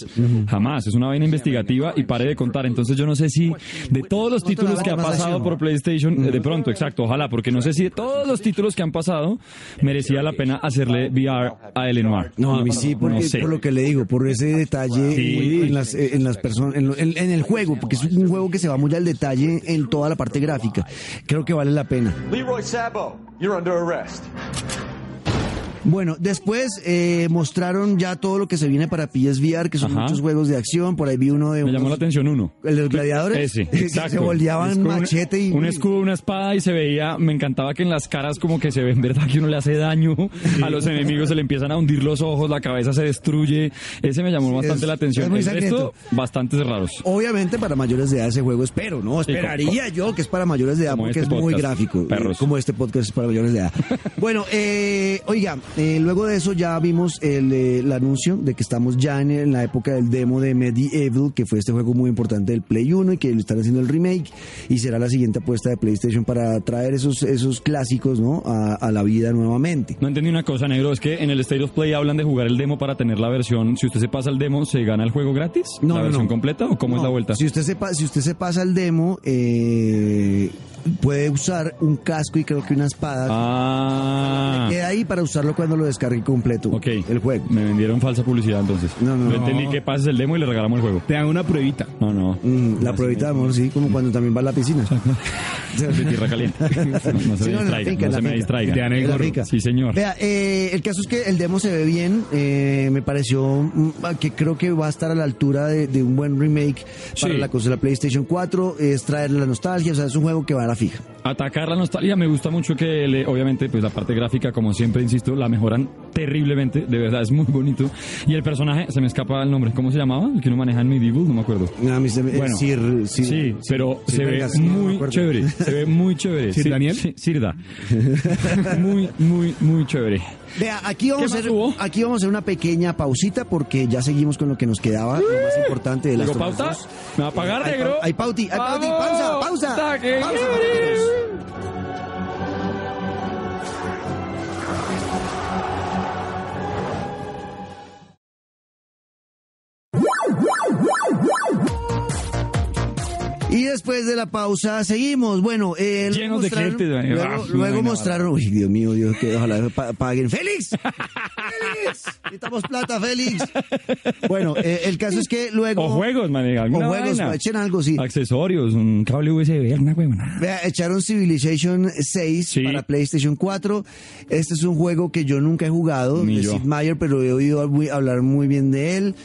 jamás, es una vaina investigativa y pare de contar, entonces yo no sé si de todos los títulos que ha pasado por PlayStation, eh, de pronto, exacto, ojalá, porque no sé si de todos los títulos que han pasado merecía la pena hacerle VR a Eleanor.
No, a mí sí, porque,
No sé.
por lo que le digo, por ese detalle
Sí.
en las, eh, en las personas, en, lo- en- en el juego, porque es un juego que se va muy al detalle en toda la parte gráfica. Creo que vale la pena.
Leroy Sabo, you're under arrest.
Bueno, después eh, mostraron ya todo lo que se viene para PSVR, que son
Ajá.
muchos juegos de acción. Por ahí vi uno de
Me llamó la
unos-
atención uno.
¿El de los gladiadores?
Ese,
Que
exacto.
se volteaban
Es como un-
machete y-
Un escudo, una espada y se veía... Me encantaba que en las caras como que se ve en verdad que uno le hace daño a los enemigos, se le empiezan a hundir los ojos, la cabeza se destruye. Ese me llamó bastante
es-
la atención.
es muy
El resto,
sangriento.
bastantes raros.
Obviamente para mayores de edad ese juego espero, ¿no?
Sí, como-
Esperaría yo que es para mayores de edad
como
porque
este
es muy
podcast,
gráfico.
perros.
Como este podcast es para mayores de edad. bueno, eh, oiga, eh, luego de eso ya vimos el, eh, el anuncio de que estamos ya en, en la época del demo de Medieval, que fue este juego muy importante del Play 1 y que le están haciendo el remake y será la siguiente apuesta de PlayStation para traer esos, esos clásicos, ¿no? A, a la vida nuevamente.
No entendí una cosa, negro. Es que en el State of Play hablan de jugar el demo para tener la versión. Si usted se pasa el demo, ¿se gana el juego gratis?
No,
¿La
no,
versión
no.
completa o cómo es
No,
la vuelta?
Si usted, se pa- si usted se pasa el demo, eh, puede usar un casco y creo que una espada.
Ah...
Queda ahí para usarlo cuando lo descargue completo
Ok.
el juego. Mm,
Me vendieron falsa publicidad entonces.
No, no,
Yo
no.
entendí que pases el demo y le regalamos el juego.
Te dan una pruebita.
No, no.
Mm, la pruebita de amor, sí, como cuando también va a la piscina.
de tierra caliente. No, no se
Sí,
me
no, en la finca,
distraiga,
en
no
la
se me
finca.
distraiga.
Te dan el
Era
gorro.
rica.
Sí, señor.
Vea, eh, el caso es que el demo se ve bien. eh, me pareció mm, que creo que va a estar a la altura de, de un buen remake para
Sí.
la consola PlayStation 4. Es traer la nostalgia, o sea, es un juego que va a la fija.
Atacar la nostalgia me gusta mucho que le- obviamente pues la parte gráfica como siempre insisto la mejoran terriblemente de verdad es muy bonito y el personaje se me escapa el nombre cómo se llamaba el que uno maneja en Medieval no me acuerdo
A mí se me- eh,
Bueno,
Sir-
sí,
Sir- Sir-
pero
Sir
se ve
Vargas, no me
muy
acuerdo.
chévere se ve muy chévere
¿Sir Daniel?
sí, Sirda muy muy muy chévere
Vea, aquí vamos,
¿Qué
a
más
hacer,
hubo?
aquí vamos a hacer una pequeña pausita porque ya seguimos con lo que nos quedaba, lo más importante de las
digo pauta
tomas.
me va a pagar
Hay
negro
pau- hay pauti, hay pauti,
¡Vamos!
pausa, pausa,
Pauta, que-
pausa, papitos. Y después de la pausa seguimos. Bueno, eh, luego
Llenos de
mostraron-
gente, Daniel.
Luego,
Ah,
luego
bueno,
mostraron. Uy, Dios mío, Dios, que ojalá pa- paguen. ¡Félix! ¡Félix! Necesitamos plata, Félix. Bueno, eh, el caso es que luego.
o juegos maneja
O
alguna
juegos,
vaina.
echen algo, sí.
accesorios un cable USB alguna huevona
Vea, echaron Civilization 6
Sí.
para PlayStation 4. Este es un juego que yo nunca he jugado,
Ni
de
yo.
Sid Meier, pero he oído muy- hablar muy bien de él.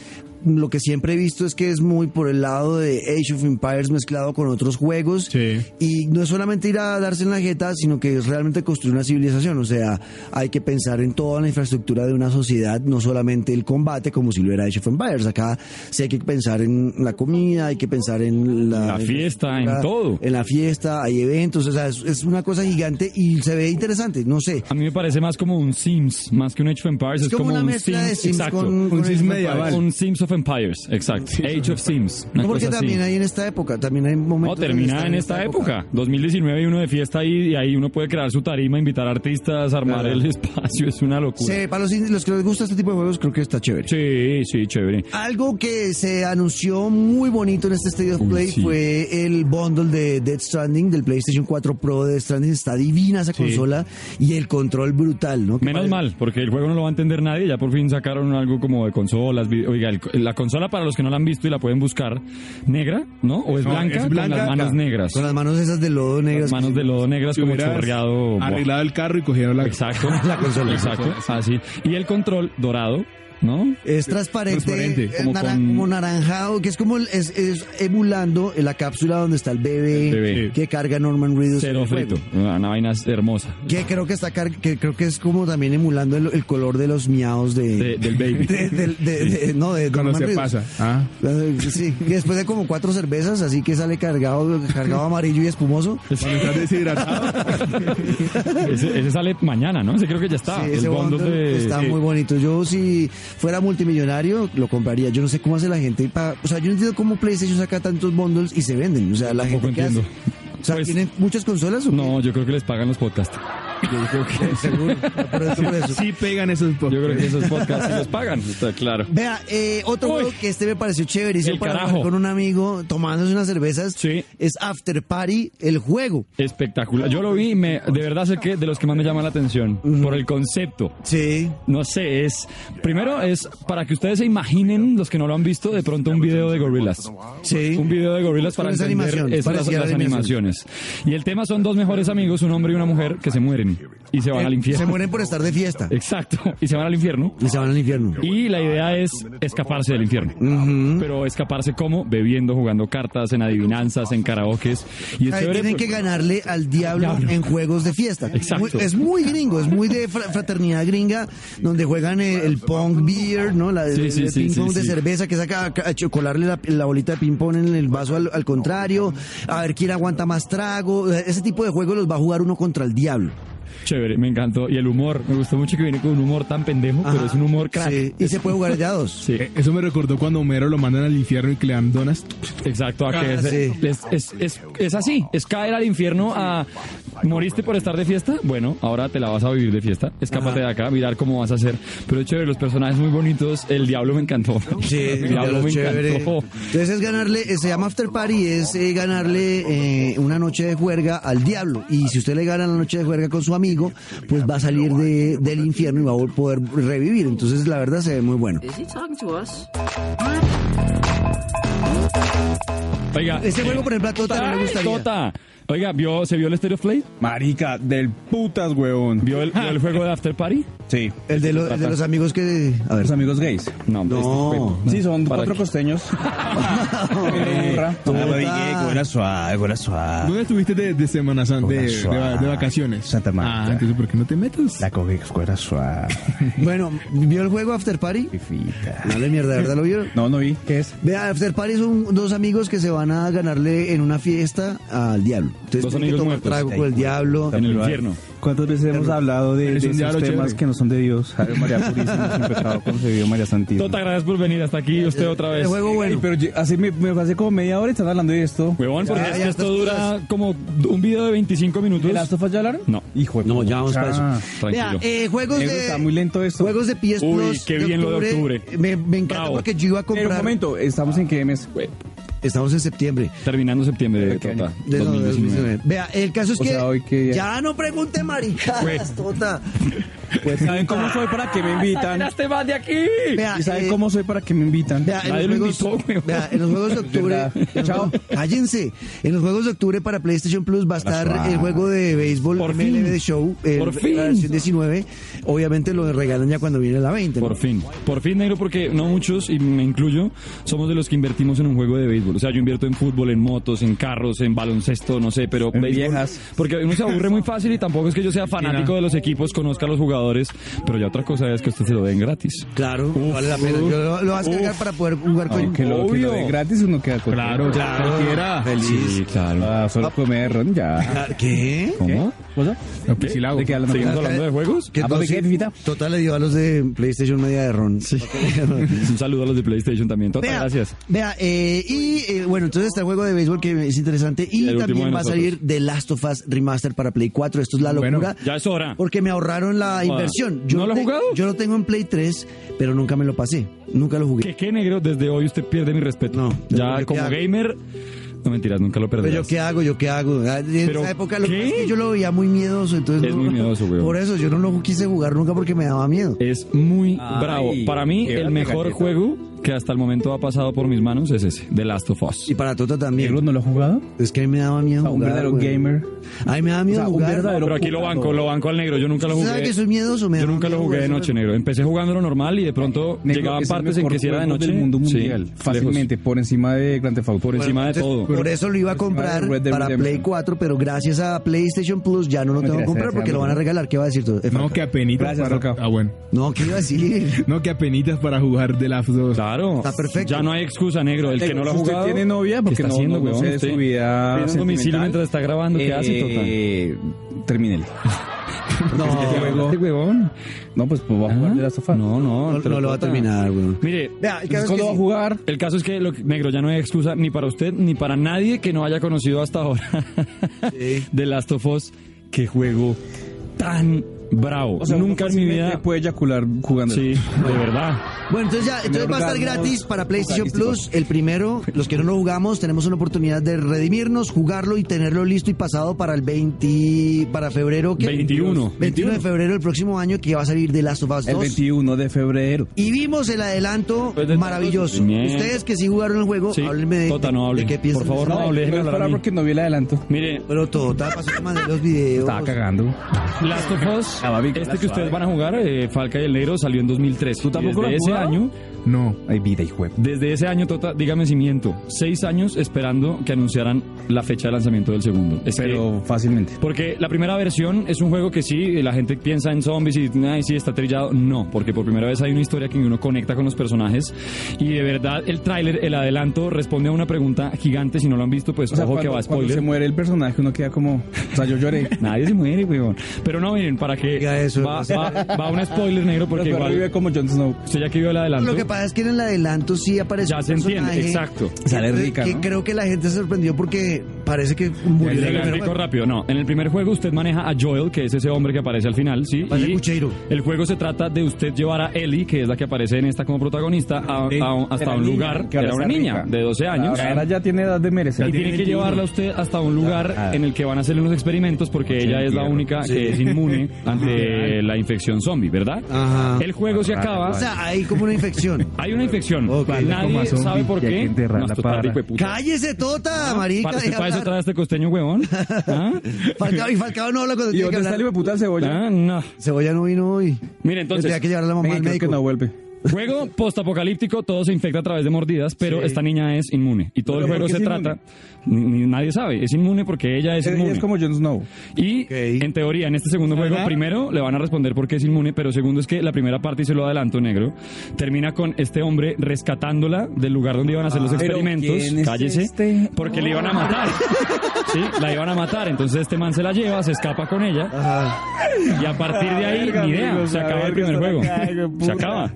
Lo que siempre he visto es que es muy por el lado de Age of Empires mezclado con otros juegos.
Sí.
Y no es solamente ir a darse en la jeta, sino que es realmente construir una civilización. O sea, hay que pensar en toda la infraestructura de una sociedad, no solamente el combate, como si lo era Age of Empires. Acá sí hay que pensar en la comida, hay que pensar en la
La fiesta, en
infraestructura,
todo.
En la fiesta, hay eventos, o sea, es, es una cosa gigante y se ve interesante, no sé.
A mí me parece más como un Sims, más que un Age of Empires. Es,
Es como una
un
mezcla de Sims
exacto.
con- Un con
Sims
Age of
medieval.
Empires. Un Sims of Empires, exacto. Age of Sims. una
No, porque
cosa así.
también hay en esta época, también hay
No,
momentos.
termina en esta época. 2019 y uno de fiesta ahí, y ahí uno puede crear su tarima, invitar artistas, armar
Claro.
el espacio. Es una locura.
Sí, para los, indies, los que les gusta este tipo de juegos, creo que está chévere.
Sí, sí, chévere.
Algo que se anunció muy bonito en este State of
Uy,
Play
sí.
fue el bundle de Dead Stranding, del PlayStation 4 Pro de Dead Stranding. Está divina esa consola y el control brutal, ¿no? Que
Menos
parece-
mal, porque el juego no lo va a entender nadie. Ya por fin sacaron algo como de consolas. vi- Oiga, el- la consola para los que no la han visto y la pueden buscar, negra, ¿no? O es
No,
blanca,
es
con
blanca.
las manos negras.
Con las manos esas de lodo negras.
Las manos de lodo negras
Si
como
hubieras
chorreado. buah.
Arreglado el carro y cogieron la.
Exacto. la consola. Exacto. Así. Y el control dorado ¿no?
Es transparente,
Transparente,
eh,
como
nara-
con-
como naranjado, que es como el- es, es emulando la cápsula donde está el bebé,
El bebé.
que carga Norman Reedus. en
Cero
el juego.
frito. Ah, Una vaina hermosa.
Que creo que está car- que creo que es como también emulando el, el color de los miados de,
De- del baby.
de- del- de- de- no de
Cuando
Norman
se
Reedus.
pasa. Ah.
Sí, que después de como cuatro cervezas, así que sale cargado, cargado amarillo y espumoso.
Cuando estás deshidratado.
Ese, ese sale mañana, ¿no? Ese creo que ya está.
Sí,
el
ese
bundle
bundle
de-
está
sí.
muy bonito. Yo si fuera multimillonario lo compraría. Yo no sé cómo hace la gente para, o sea, yo no entiendo cómo PlayStation saca tantos bundles y se venden. O sea, la gente
Tampoco
que hace.
entiendo.
O sea,
Pues-
tienen muchas consolas. o qué?
No, yo creo que les pagan los podcasts. Yo creo que,
seguro. Por eso, por eso.
sí pegan esos
yo creo
podcasts.
que esos podcasts sí los pagan. Está claro.
Vea, eh, otro
Uy.
juego que este me pareció chéverísimo
El
para jugar
carajo.
con un amigo tomándose unas cervezas
Sí.
es After Party, el juego.
Espectacular. Yo lo vi y me, de verdad sé que de los que más me llama la atención. Por el concepto.
Sí.
No sé, es. Primero es para que ustedes se imaginen, los que no lo han visto, de pronto un video de gorilas.
Sí.
Un video de gorilas para
Con esa
entender
animación,
esas-
para
las,
enseñar animaciones.
animaciones. Y el tema son dos mejores amigos, un hombre y una mujer, que se mueren y se van al
Eh, Se
infierno. Eh.
mueren por estar de fiesta
Exacto, y se van al infierno.
y se van al infierno.
Y la idea es escaparse del infierno. Pero escaparse como bebiendo, jugando cartas, en adivinanzas, en karaokes. Y es
Ahí
chévere,
tienen
pues,
que ganarle al diablo,
Diablo.
en juegos de fiesta.
Exacto.
Muy- es muy gringo, es muy de fra- fraternidad gringa, donde juegan el, el pong beer, ¿no? La,
Sí, sí,
el
sí,
ping
sí,
pong de
sí.
cerveza que saca a, a chocolarle la, la bolita de ping pong en el vaso al, al contrario, a ver quién aguanta más trago. Ese tipo de juegos los va a jugar uno contra el diablo.
chévere, me encantó. Y el humor, me gustó mucho que viene con un humor tan pendejo, pero
Ajá.
es un humor crack.
Sí, Y se puede jugar de a dos.
Sí,
Eh, Eso me recordó cuando Homero lo mandan al infierno y que le dan donas.
exacto. a que
Ah,
es,
sí.
es- es- es- es así, es caer al infierno a... ¿Moriste por estar de fiesta? Bueno, ahora te la vas a vivir de fiesta. Escápate de acá, mirar cómo vas a hacer. Pero es chévere, los personajes muy bonitos. El diablo me encantó.
Sí,
el
ya
diablo
lo
me
chévere.
encantó.
Entonces es ganarle, eh, se llama After Party, es eh, ganarle eh, una noche de juerga al diablo. Y si usted le gana la noche de juerga con su amigo, pues va a salir de- del infierno y va a poder revivir. Entonces la verdad se ve muy bueno.
Is he talking to us?
Oiga,
Ese juego, por ejemplo, a Tota no le
Ay,
gustaría.
Tota. Oiga, ¿vio, ¿se vio el Stereo Play?
Marica, del putas, huevón.
¿Vio el, vio el juego de After Party?
Sí.
El de, lo- el de los amigos que... A ver.
Los amigos gays.
No, este
No.
Sí, son
¿Para
cuatro
qué?
costeños. Eh, Ah,
Tota.
Era suave, era suave.
¿Dónde estuviste de, de Semana Santa? De, de va- de vacaciones.
Santa Marta.
Ah, entonces ¿por qué no te metes?
La cogí, era suave.
Bueno, ¿vio el juego After Party?
Fifita.
Dale mierda, ¿de verdad lo vio?
No, no vi. ¿Qué es?
Vea, After Party son dos amigos que se van a ganarle en una fiesta al diablo. Entonces
Dos
tienen que tomar
amigos muertos.
trago con el diablo.
En el infierno.
¿Cuántas veces hemos hablado de,
Eres
de
un
esos
diablo
temas
chévere.
que no son de Dios? Ave María Purísima, sin pecado concebido, María Santísima.
Tota, gracias por venir hasta aquí. Usted otra
El
vez.
juego bueno.
Ey, pero yo- así me, me pasé como media hora y están hablando de esto.
Huevón, porque
Ya,
es
ya
que
estás
esto dura como un video de 25 minutos.
¿De Last of Us ya hablaron?
No.
Hijo de
No,
puta.
ya vamos para
Ah.
eso. Vea,
tranquilo.
eh, juegos
Negro,
de.
está muy lento esto.
Juegos de PS
Uy,
Plus.
qué bien lo de octubre.
Me, me encanta
Bravo.
porque yo iba a
Pero un
comprar.
momento, ¿estamos en qué mes?
Estamos en septiembre.
Terminando septiembre de
¿Qué
Tota.
de
2019.
2019. Vea, el caso es
O
que,
sea, hoy que-
Ya no pregunte maricadas,
Pues.
Tota.
Pues saben cómo soy para que me invitan.
más de aquí!
Vea,
Y saben
eh,
cómo soy para que me invitan.
Vea, en
Nadie
los
lo
juegos,
invitó, güey.
vea, en los juegos de octubre.
Verdad.
en los
Chao.
juegos- Cállense. En los juegos de octubre para PlayStation Plus va a estar
suave.
el juego de béisbol
Por
MLB
fin.
de Show. el-
Por
la
fin.
versión 19. Obviamente lo regalan ya cuando viene la 20. ¿no?
Por fin, por fin negro porque no muchos, y me incluyo, somos de los que invertimos en un juego de béisbol. O sea, yo invierto en fútbol, en motos, en carros, en baloncesto, no sé, pero
En
béisbol-
viejas.
Porque uno se aburre muy fácil y tampoco es que yo sea fanático de los equipos, conozca a los jugadores, pero ya otra cosa es que usted se lo den gratis.
Claro, vale la pena. Yo lo, lo vas a cargar para poder jugar
Pues
con.
Que lo, que lo den gratis uno queda contento.
Claro, claro. cualquiera.
Feliz.
Sí, claro.
Ah, solo comer ron, ya.
Claro, ¿Qué?
¿Cómo?
¿Cosa?
No, pues sí la hago.
¿De qué hablan?
¿Seguimos
Claro,
hablando de juegos?
¿Qué
Ah, papi, ¿qué, Fifita?
Total le dio a los de PlayStation media de ron. Sí.
Un saludo a los de PlayStation también. Tota,
Vea,
gracias.
Vea, eh, y eh, bueno, entonces está el juego de béisbol que es interesante.
Y
Y,
el último de
también va a
nosotros.
salir The Last of Us Remaster para Play 4. Esto es la
Bueno,
locura.
ya es hora.
Porque me ahorraron la inversión. Yo
¿No lo ha
te-
jugado?
Yo lo tengo en Play 3, pero nunca me lo pasé. Nunca lo jugué.
¿Qué, qué negro? Desde hoy usted pierde mi respeto.
No.
Ya
Yo qué
como
hago.
gamer, no mentiras, nunca lo
Pero yo
perderás.
qué hago, yo qué hago. Ah, En
¿Pero
esa época lo
qué?
que pasa es que yo lo veía muy miedoso, entonces
Es
no-
muy miedoso, weón.
Por eso yo no lo quise jugar nunca porque me daba miedo.
Es muy
Ay,
bravo. Para mí,
qué
el mejor
galleta.
juego que hasta el momento ha pasado por mis manos es ese, The Last of Us.
Y para Toto también.
¿Diego no lo ha jugado?
Es que a mí me daba miedo.
O sea, un
jugar,
verdadero
güey.
gamer.
A mí me daba miedo
O sea, un
jugar.
verdadero-
Pero aquí lo banco, lo banco al negro. Yo nunca lo
¿Usted
jugué.
sabe que soy miedoso? Me
Yo
da
nunca lo
miedo,
jugué de
güey.
noche, negro. Empecé jugándolo normal y de pronto
Eh, Negro
llegaban
es el
partes en
mejor
que si era de
juego
noche.
del mundo
sí,
mundial,
lejos.
fácilmente, por encima de Grand Theft Auto.
Por encima de todo. Pues,
Por eso lo iba a comprar
Red Dead
para
Redemption.
Play 4, pero gracias a PlayStation Plus ya no lo tengo que
Mentira,
comprar
sea,
porque
sea,
lo van a
amigo.
regalar. ¿Qué va a decir tú?
No, que apenitas
Gracias,
para...
Falcao.
Ah, bueno.
No, ¿qué iba a decir?
No, que apenitas para jugar de las dos.
Claro.
Está perfecto.
Ya no hay excusa, negro. El que
Negro,
no lo ha
si usted
jugado.
tiene novia,
¿qué
porque
está
no-
haciendo,
no- no
weón?
sé de su
Usted
vida
tiene un domicilio
sentimental.
mientras está grabando. ¿Qué hace, total?
Eh, termínelo.
No,
Este huevón.
No, pues, pues va a
¿Ah?
jugar de las sofás.
No, no.
no,
te
no lo va a
toca.
terminar, güey.
Mire,
Vea, el
Entonces,
caso es
¿Cuándo
que
va a
sí.
jugar?
el caso es que, lo, negro, ya no hay excusa ni para usted ni para nadie que no haya conocido hasta ahora
Sí.
de Last of Us. Qué juego tan bravo. Nunca en mi vida.
puede eyacular jugando.
Sí, de verdad.
Bueno, entonces ya, entonces va a estar
orgasmo
gratis para PlayStation Plus.
estadístico.
El primero, los que no lo jugamos, tenemos una oportunidad de redimirnos, jugarlo y tenerlo listo y pasado para el 20, para febrero. ¿qué?
21.
21 de febrero del próximo año que va a salir The Last of Us 2.
El 21 de febrero.
Y vimos el adelanto
Pues de-
maravilloso.
Bien.
Ustedes que sí jugaron el juego,
Sí,
háblenme de,
Tota, no
de-
hable.
de qué piensan.
Por favor, no hable. déjeme
voy a
hablar a
esperar
mí.
porque no vi el adelanto.
Mire,
Pero Tota pasó el tema de los videos.
Estaba cagando.
Last of Us,
Ah, va, Vic,
este
la
que ustedes
suave.
van a jugar, eh, Falca y el Negro, salió en 2003. ¿Tú
tampoco lo
desde
has
ese
jugado?
año,
No.
Ay, vida y juego.
desde ese año, Tota, dígame si miento, seis años esperando que anunciaran la fecha de lanzamiento del segundo. Es que-
Pero fácilmente.
porque la primera versión es un juego que sí, la gente piensa en zombies y "Ay, sí está trillado. No, porque por primera vez hay una historia que uno conecta con los personajes y de verdad el tráiler, el adelanto responde a una pregunta gigante. Si no lo han visto, pues
O sea,
ojo que
cuando-
va
cuando
spoiler.
se muere el personaje, uno queda como. O sea, yo lloré.
Nadie se muere, weón. Pero no, miren, para que
Diga eso,
va,
no sé.
va, va un spoiler negro porque
Pero vive
igual
como Jon Snow.
usted ya que vio el adelanto.
Lo que pasa es que en el adelanto sí aparece
Ya
un
se entiende,
personaje
exacto.
Sale
que-
rica,
Que
¿no?
creo que la gente se sorprendió porque parece que murió en el
Le
primer
explico
juego.
rápido, no. En el primer juego usted maneja a Joel, que es ese hombre que aparece al final, ¿sí?
Vale,
Y
Cucheiro.
el juego se trata de usted llevar a Ellie, que es la que aparece en esta como protagonista, a-
Sí.
a- hasta
Eh, Era
un
niña,
lugar,
que
que
ahora
era una
está
niña
rica.
de 12 años.
Ahora ya tiene edad de merecer.
Y tiene que llevarla usted hasta un lugar en el que van a hacerle unos experimentos porque ella es la única que es inmune ante la infección zombie, ¿verdad?
Ajá.
El juego se acaba.
O sea, hay como una infección.
Hay una infección.
Ok.
Nadie sabe por
y hay que
qué.
enterrar
No,
la
total,
parra.
hijo de puta. Ah,
Cállese, Tota, marica.
Para,
deja
para eso
hablar.
trae este costeño huevón. ¿Ah?
Falcao, y Falcao no habla cuando
¿Y
tiene que
dónde está
hablar.
el puta cebolla?
Ah, no.
Cebolla no vino hoy.
Mire,
Tendría
entonces,
que llevar a la mamá
Venga,
al
creo
médico.
que no vuelve.
juego postapocalíptico, todo se infecta a través de mordidas, pero esta niña es inmune. Y todo el
¿Pero
juego
por qué
se
es
trata, ni- ni- nadie sabe, es inmune porque ella es
Es,
inmune.
es como Jon Snow.
Y
Ok.
en teoría, en este segundo juego, primero le van a responder por qué es inmune, pero segundo es que la primera parte, y se lo adelanto, negro, termina con este hombre rescatándola del lugar donde iban a hacer los
Ah, ¿pero
experimentos.
quién es
Cállese.
este?
Porque le iban a matar. Sí, la iban a matar. Entonces este man se la lleva, se escapa con ella.
Ah,
Y a partir de ahí,
Verga,
ni idea.
amigos,
se
la
acaba el
verga,
primer
se la
juego.
cago,
se
puta.
acaba.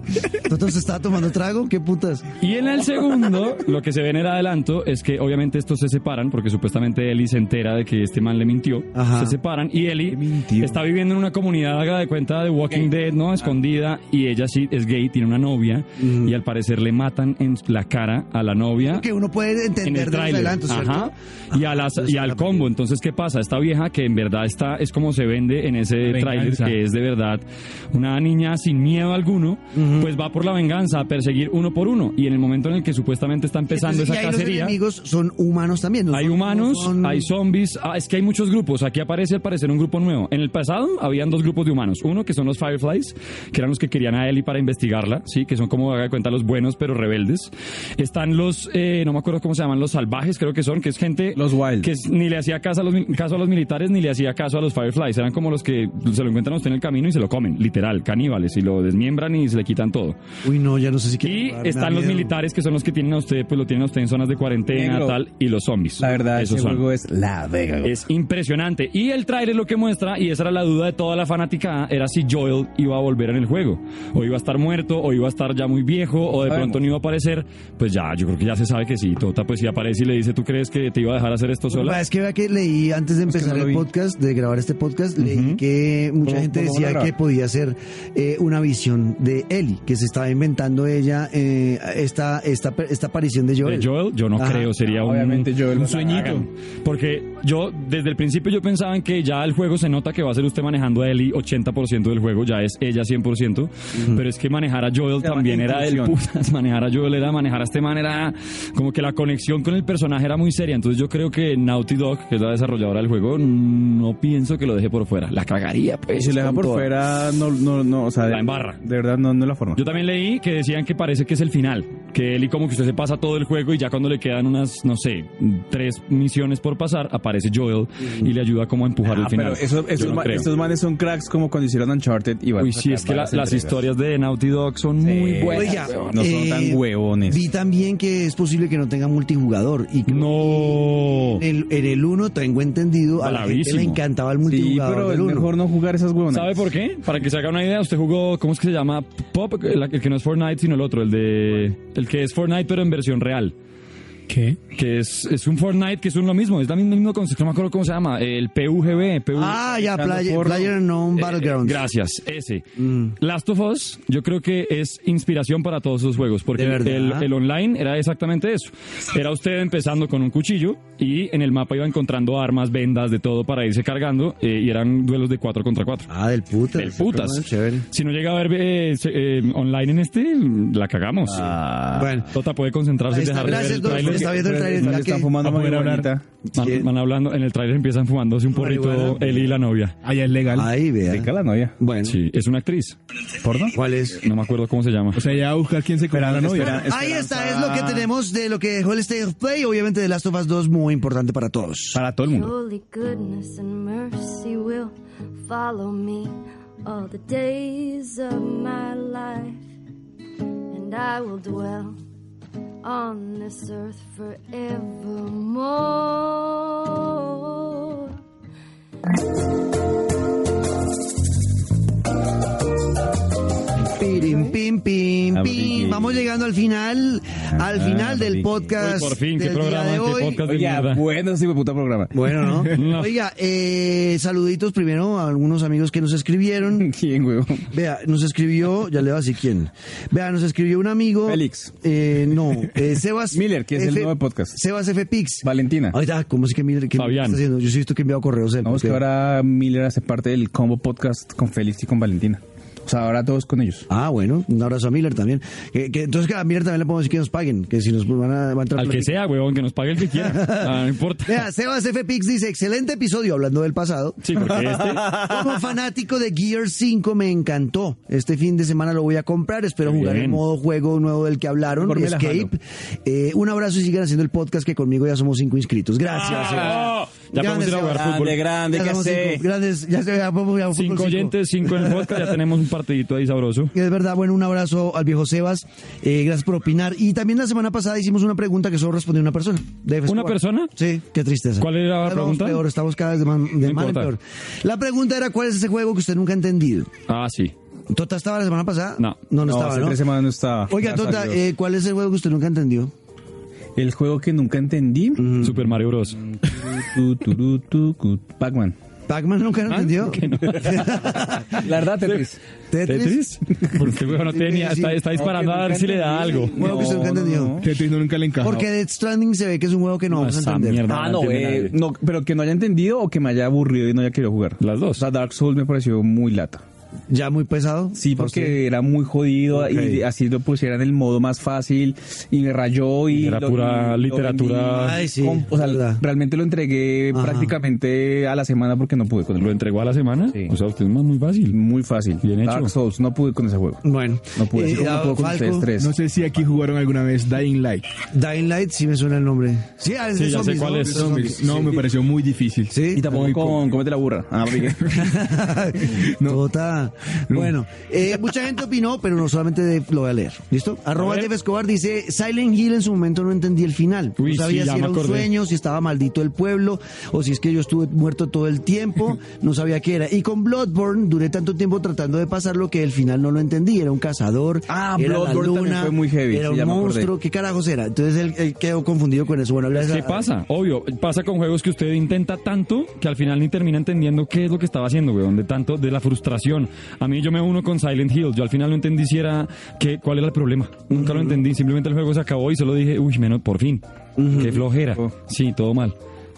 Tota se estaba tomando trago, qué putas.
Y en el segundo, lo que se ve en el adelanto es que obviamente estos se separan, porque supuestamente Eli se entera de que este man le mintió.
Ajá.
Se separan y Eli
mintió.
está viviendo en una comunidad, haga de cuenta, de Walking Dead, ¿no? Escondida. Y ella sí es gay, tiene una novia. Y al parecer le matan en la cara a la novia.
Que uno puede
En
entender
el
de los
tráiler,
adelantos, ¿cierto? Ah,
ajá, y, a las, y al combo, entonces ¿qué pasa? Esta vieja que en verdad está, es como se vende en ese
Venganza.
tráiler, que es de verdad una niña sin miedo alguno, pues va por la venganza a perseguir uno por uno, y en el momento en el que supuestamente está empezando
Entonces,
esa
y ahí
cacería...
los enemigos son humanos también. no
Hay
son-
humanos,
no son-
hay zombies, ah, es que hay muchos grupos. Aquí aparece al parecer un grupo nuevo. En el pasado habían dos grupos de humanos. Uno que son los Fireflies, que eran los que querían a Ellie para investigarla, sí, que son como haga de cuenta los buenos pero rebeldes. Están los, eh, no me acuerdo cómo se llaman, los salvajes, creo que son, que es gente
Los Wild.
que es- ni le hacía caso a los, mil- caso a los militares ni le hacía caso a los Fireflies. Eran como los que se lo encuentran a usted en el camino y se lo comen, literal, caníbales, y lo desmiembran y se le quitan todo.
Uy, no, ya no sé si quiero
Y
jugar, me da
están los
miedo.
militares que son los que tienen a usted, pues lo tienen a usted en zonas de cuarentena,
Negro.
tal, y los zombies.
La verdad,
Esos
ese
son.
juego es la vega.
Es impresionante. Y el tráiler lo que muestra, y esa era la duda de toda la fanaticada, era si Joel iba a volver en el juego. O iba a estar muerto, o iba a estar ya muy viejo, o de
Sabemos.
pronto no iba a aparecer. Pues ya, yo creo que ya se sabe que sí. Tota, pues si aparece y le dice, ¿tú crees que te iba a dejar hacer esto
Lo que
sola?
pasa Es que vea que leí antes de
que
empezar
no lo
el
vi.
podcast, de grabar este podcast, leí que mucha
¿Cómo-
gente
cómo van a
decía
grabar?
que podía ser eh, una visión de Ellie, que se estaba inventando ella eh, esta, esta, esta aparición de Joel.
De Joel, yo no
Ajá.
creo, sería un,
obviamente Joel
un
no la
sueñito.
hagan.
Porque yo, desde el principio, yo pensaba en que ya el juego se nota que va a ser usted manejando a Ellie 80% del juego, ya es ella 100%. Pero es que manejar a Joel
Era
también era del
inclusión.
putas. Manejar a Joel era manejar a este man, era como que la conexión con el personaje era muy seria. Entonces, yo creo que Naughty Dog, que es la desarrolladora del juego, no pienso que lo deje por fuera. La cagaría, pues.
Si la deja
con
por
toda.
fuera, no, no, no, o sea,
La
de-
embarra.
De verdad, no, no es la forma.
Yo también leí que decían que parece que es el final, que él y como que usted se pasa todo el juego y ya cuando le quedan unas, no sé, tres misiones por pasar, aparece Joel y le ayuda como a empujar
Ah,
el final.
pero eso-
Yo
esos,
no
ma-
creo.
estos manes son cracks como cuando hicieron Uncharted y van
Uy,
a
sí,
sacar
es que la-
varias
las
entregas.
historias de Naughty Dog son muy
Sí.
buenas.
Oiga,
no son
eh,
tan huevones.
Vi también que es posible que no tenga multijugador. Y creo
No.
que En el, en el 1 tengo entendido, a la gente
Bravísimo.
le encantaba el
Sí,
multijugador
pero es
del 1.
mejor no jugar esas huevonas.
¿Sabe por qué? Para que se haga una idea, usted jugó, ¿cómo es que se llama? Pop, el, el que no es Fortnite, sino el otro, el de... El que es Fortnite, pero en versión real.
¿Qué?
Que es, es un Fortnite, que es un lo mismo, es la misma- el mismo concepto, no me acuerdo cómo se llama, el PUBG. PUBG.
Ah, ya,
Echando
Player,
porno.
player No
Eh,
Battlegrounds.
Gracias, ese.
Mm.
Last of Us, yo creo que es inspiración para todos esos juegos, porque
¿De verdad?
el, el online era exactamente eso. Era usted empezando con un cuchillo y en el mapa iba encontrando armas, vendas, de todo para irse cargando eh, y eran duelos de 4 contra 4.
Ah, del putas.
Del putas.
Bueno, chévere.
Si no llega a ver eh, se- eh, online en este, la cagamos.
Ah. Bueno,
Tota puede concentrarse
Ahí
y
está,
dejar de ver
gracias,
el
Doc,
tráiler.
está viendo el tráiler.
No le
ya
están
que-
fumando
a poder hablar.
marihuanita.
Van, van hablando, en el tráiler empiezan fumándose un porrito
Marihuana.
él y la novia.
Allá es legal.
Ahí, vea.
Rica la novia.
Bueno,
Sí, es una actriz. Eh,
¿Porno?
¿cuál es?
No me acuerdo cómo se llama.
O sea, ya a buscar quién se compra la novia.
Ahí está, es lo que tenemos de lo que dejó el State of Play. Obviamente, The Last of Us 2, muy importante para todos.
Para todo el mundo.
Surely goodness and mercy will follow me all the days of my life, and I will dwell on this earth forevermore.
Pirim, pim, pim,
Ah,
pim.
sí.
Vamos llegando al final, al
Ah,
final del
sí.
podcast.
Uy, por fin, qué
del
programa,
día de
qué
hoy.
podcast.
Oye,
mierda.
bueno, sí, puta programa.
Bueno, ¿no?
No.
Oiga, eh, saluditos primero a algunos amigos que nos escribieron.
¿Quién, huevo?
Vea, nos escribió, ya le voy a decir quién. Vea, nos escribió un amigo.
Félix.
Eh, no, eh, Sebas.
Miller, que es el nuevo podcast.
Sebas F. Pix.
Valentina.
Ahorita, ¿cómo es que Miller? ¿Qué
Fabián.
está haciendo? Yo sí he visto que enviaba correos. él,
No, es que
porque-
ahora Miller hace parte del combo podcast con Félix y con Valentina. O sea, ahora todos con ellos.
Ah, bueno, un abrazo a Miller también. Que, que entonces que a Miller también le podemos decir que nos paguen, que si nos van a, van a entrar
Al que
platica-
sea, huevón, que nos pague el que quiera. Ah, no importa.
Vea, Sebas F. Pix dice, excelente episodio, hablando del pasado.
Sí, porque este.
Como fanático de Gear 5 me encantó. Este fin de semana lo voy a comprar. Espero
Muy
jugar
bien.
el modo juego nuevo del que hablaron,
Mejor me la
Escape. Eh, un abrazo y sigan haciendo el podcast que conmigo ya somos cinco inscritos. Gracias.
Ah,
Sebas.
ya
Grande,
podemos ir a
Sebas.
jugar fútbol.
grande,
Ya somos cinco. Grandes, ya se ya podemos jugar fútbol
Cinco
cinco.
oyentes, cinco en el podcast, ya tenemos un partidito ahí sabroso.
Es verdad, bueno, un abrazo al viejo Sebas. Eh, gracias por opinar. Y también la semana pasada hicimos una pregunta que solo respondió una persona. Dave
¿Una
Stewart.
persona?
Sí, qué tristeza.
¿Cuál era la
Cada vez vamos
pregunta?
Peor, estamos cada vez de, man- de
No
mal en
importa.
peor. La pregunta era: ¿cuál es ese juego que usted nunca ha entendido?
Ah, sí.
¿Tota estaba la semana pasada?
No.
No, no,
No,
estaba,
hace
¿no?
tres semanas no estaba.
Oiga,
Gracias a
Tota,
Dios.
eh, ¿cuál es el juego que usted nunca entendió?
El juego que nunca entendí.
Mm.
Super Mario Bros.
Tu, tu, tu, tu, cu- Pac-Man.
¿Pac-Man nunca
¿Ah?
lo entendió?
La verdad, Tetris.
¿Tetris?
¿Tetris? Porque este huevón no tiene ni- está, está disparando a ver si le da algo.
Juego que usted nunca entendió.
Tetris no Este nunca le encajó.
Porque Dead Stranding se ve que es un juego que no,
No,
vamos a
esa
entender.
mierda.
Ah, no, eh, no, pero que no haya entendido o que me haya aburrido y no haya querido jugar.
Las
O
dos.
sea, Dark Souls me pareció muy lata.
¿Ya muy pesado?
Sí,
¿Para
porque
usted?
era muy jodido y así lo pusieran el modo más fácil y me rayó y...
Era
lo-
pura
lo
literatura.
vendí
Ay, sí,
con- o sea,
verdad.
realmente lo entregué
Ajá.
prácticamente a la semana porque no pude con el
¿Lo entregó a la semana?
Sí.
O sea, usted es más muy fácil.
Muy fácil.
Bien hecho.
Dark Souls, no pude con ese juego.
Bueno.
No pude,
Eh,
no puedo con
Falco,
ustedes tres.
No sé si aquí jugaron alguna vez Dying Light.
Dying Light, sí me suena el nombre. Sí, ah, es
Sí,
de
ya sé
zombies,
cuál
¿no?
es.
De zombies.
No, me pareció muy difícil.
Sí.
Y tampoco
Muy
con
poco.
Comete la burra. Ah, porque-
Tota. Bueno, eh, mucha gente opinó, pero no solamente de- lo voy a leer. ¿Listo? Arroba
A ver.
Def Escobar dice: Silent Hill en su momento no entendí el final.
Uy,
no sabía
sí, ya
si
me
era un
acordé.
sueño, si estaba maldito el pueblo, o si es que yo estuve muerto todo el tiempo. No sabía qué era. Y con Bloodborne duré tanto tiempo tratando de pasarlo que el final no lo entendí. Era un cazador.
Ah,
era la
Bloodborne también
luna,
fue muy heavy,
Era
sí,
un
ya me acordé.
monstruo. ¿Qué carajos era? Entonces él, él quedó confundido con eso. Bueno, gracias
¿Qué
a-
pasa? Obvio, pasa con juegos que usted intenta tanto que al final ni termina entendiendo qué es lo que estaba haciendo, weón, de tanto, de la frustración. A mí yo me uno con Silent Hill. Yo al final no entendí si era que, cuál era el problema. Nunca lo entendí. Simplemente el juego se acabó y solo dije, uy, menos por fin. Qué flojera.
Oh.
Sí, todo mal.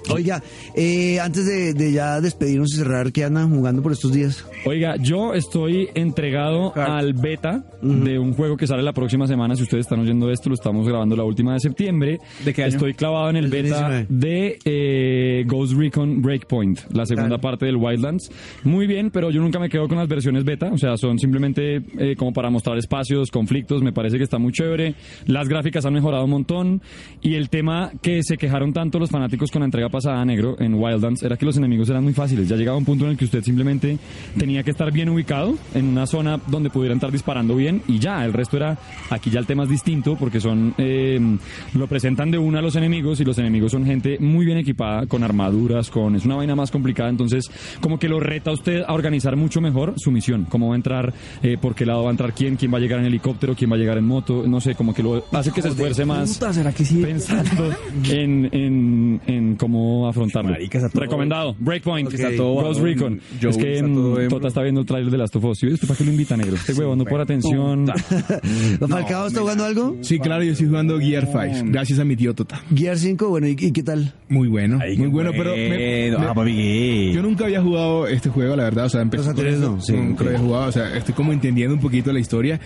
Oiga, eh, antes de, de ya despedirnos y cerrar, ¿qué andan jugando por estos días?
Oiga, yo estoy entregado al beta de un juego que sale la próxima semana. Si ustedes están oyendo esto, lo estamos grabando la última de septiembre.
¿De qué año?
Estoy clavado en el
El
beta
2019.
de eh, Ghost Recon Breakpoint, la segunda
Claro.
parte del Wildlands. Muy bien, pero yo nunca me quedo con las versiones beta. O sea, son simplemente eh, como para mostrar espacios, conflictos. Me parece que está muy chévere. Las gráficas han mejorado un montón. Y el tema que se quejaron tanto los fanáticos con la entrega pasada, negro, en Wildlands, era que los enemigos eran muy fáciles. Ya llegaba un punto en el que usted simplemente tenía que estar bien ubicado en una zona donde pudiera estar disparando bien y ya. El resto era. Aquí ya el tema es distinto porque son. eh, lo presentan de una a los enemigos y los enemigos son gente muy bien equipada, con armaduras, con. Es una vaina más complicada. Entonces, como que lo reta a usted a organizar mucho mejor su misión. Cómo va a entrar, eh, por qué lado va a entrar quién, quién va a llegar en helicóptero, quién va a llegar en moto. No sé, como que lo hace que se esfuerce más
¿Será que sí?
pensando en, en, en cómo afrontarlo.
Marica, está todo-
Recomendado. Breakpoint.
Ok.
Está todo Ghost
Joe,
Recon. es que
está
mm,
todo hembro.
Tota está viendo el trailer de Last of Us. ¿Sí ves? ¿Para qué lo invita, negro? Este huevón no por atención.
¿Don Falcao está jugando algo?
Sí, claro, yo estoy jugando Gear 5, gracias a mi tío Tota.
Gear 5, bueno, ¿y, y qué tal?
Muy bueno,
Ay,
muy
qué
bueno, pero me-
bueno.
me-
Ah, papi, ¿qué?
yo nunca había jugado este juego, la verdad, o sea, empecé
Los anteriores
con esto,
no, sí,
nunca
ok.
lo había jugado, o sea, estoy como entendiendo un poquito la historia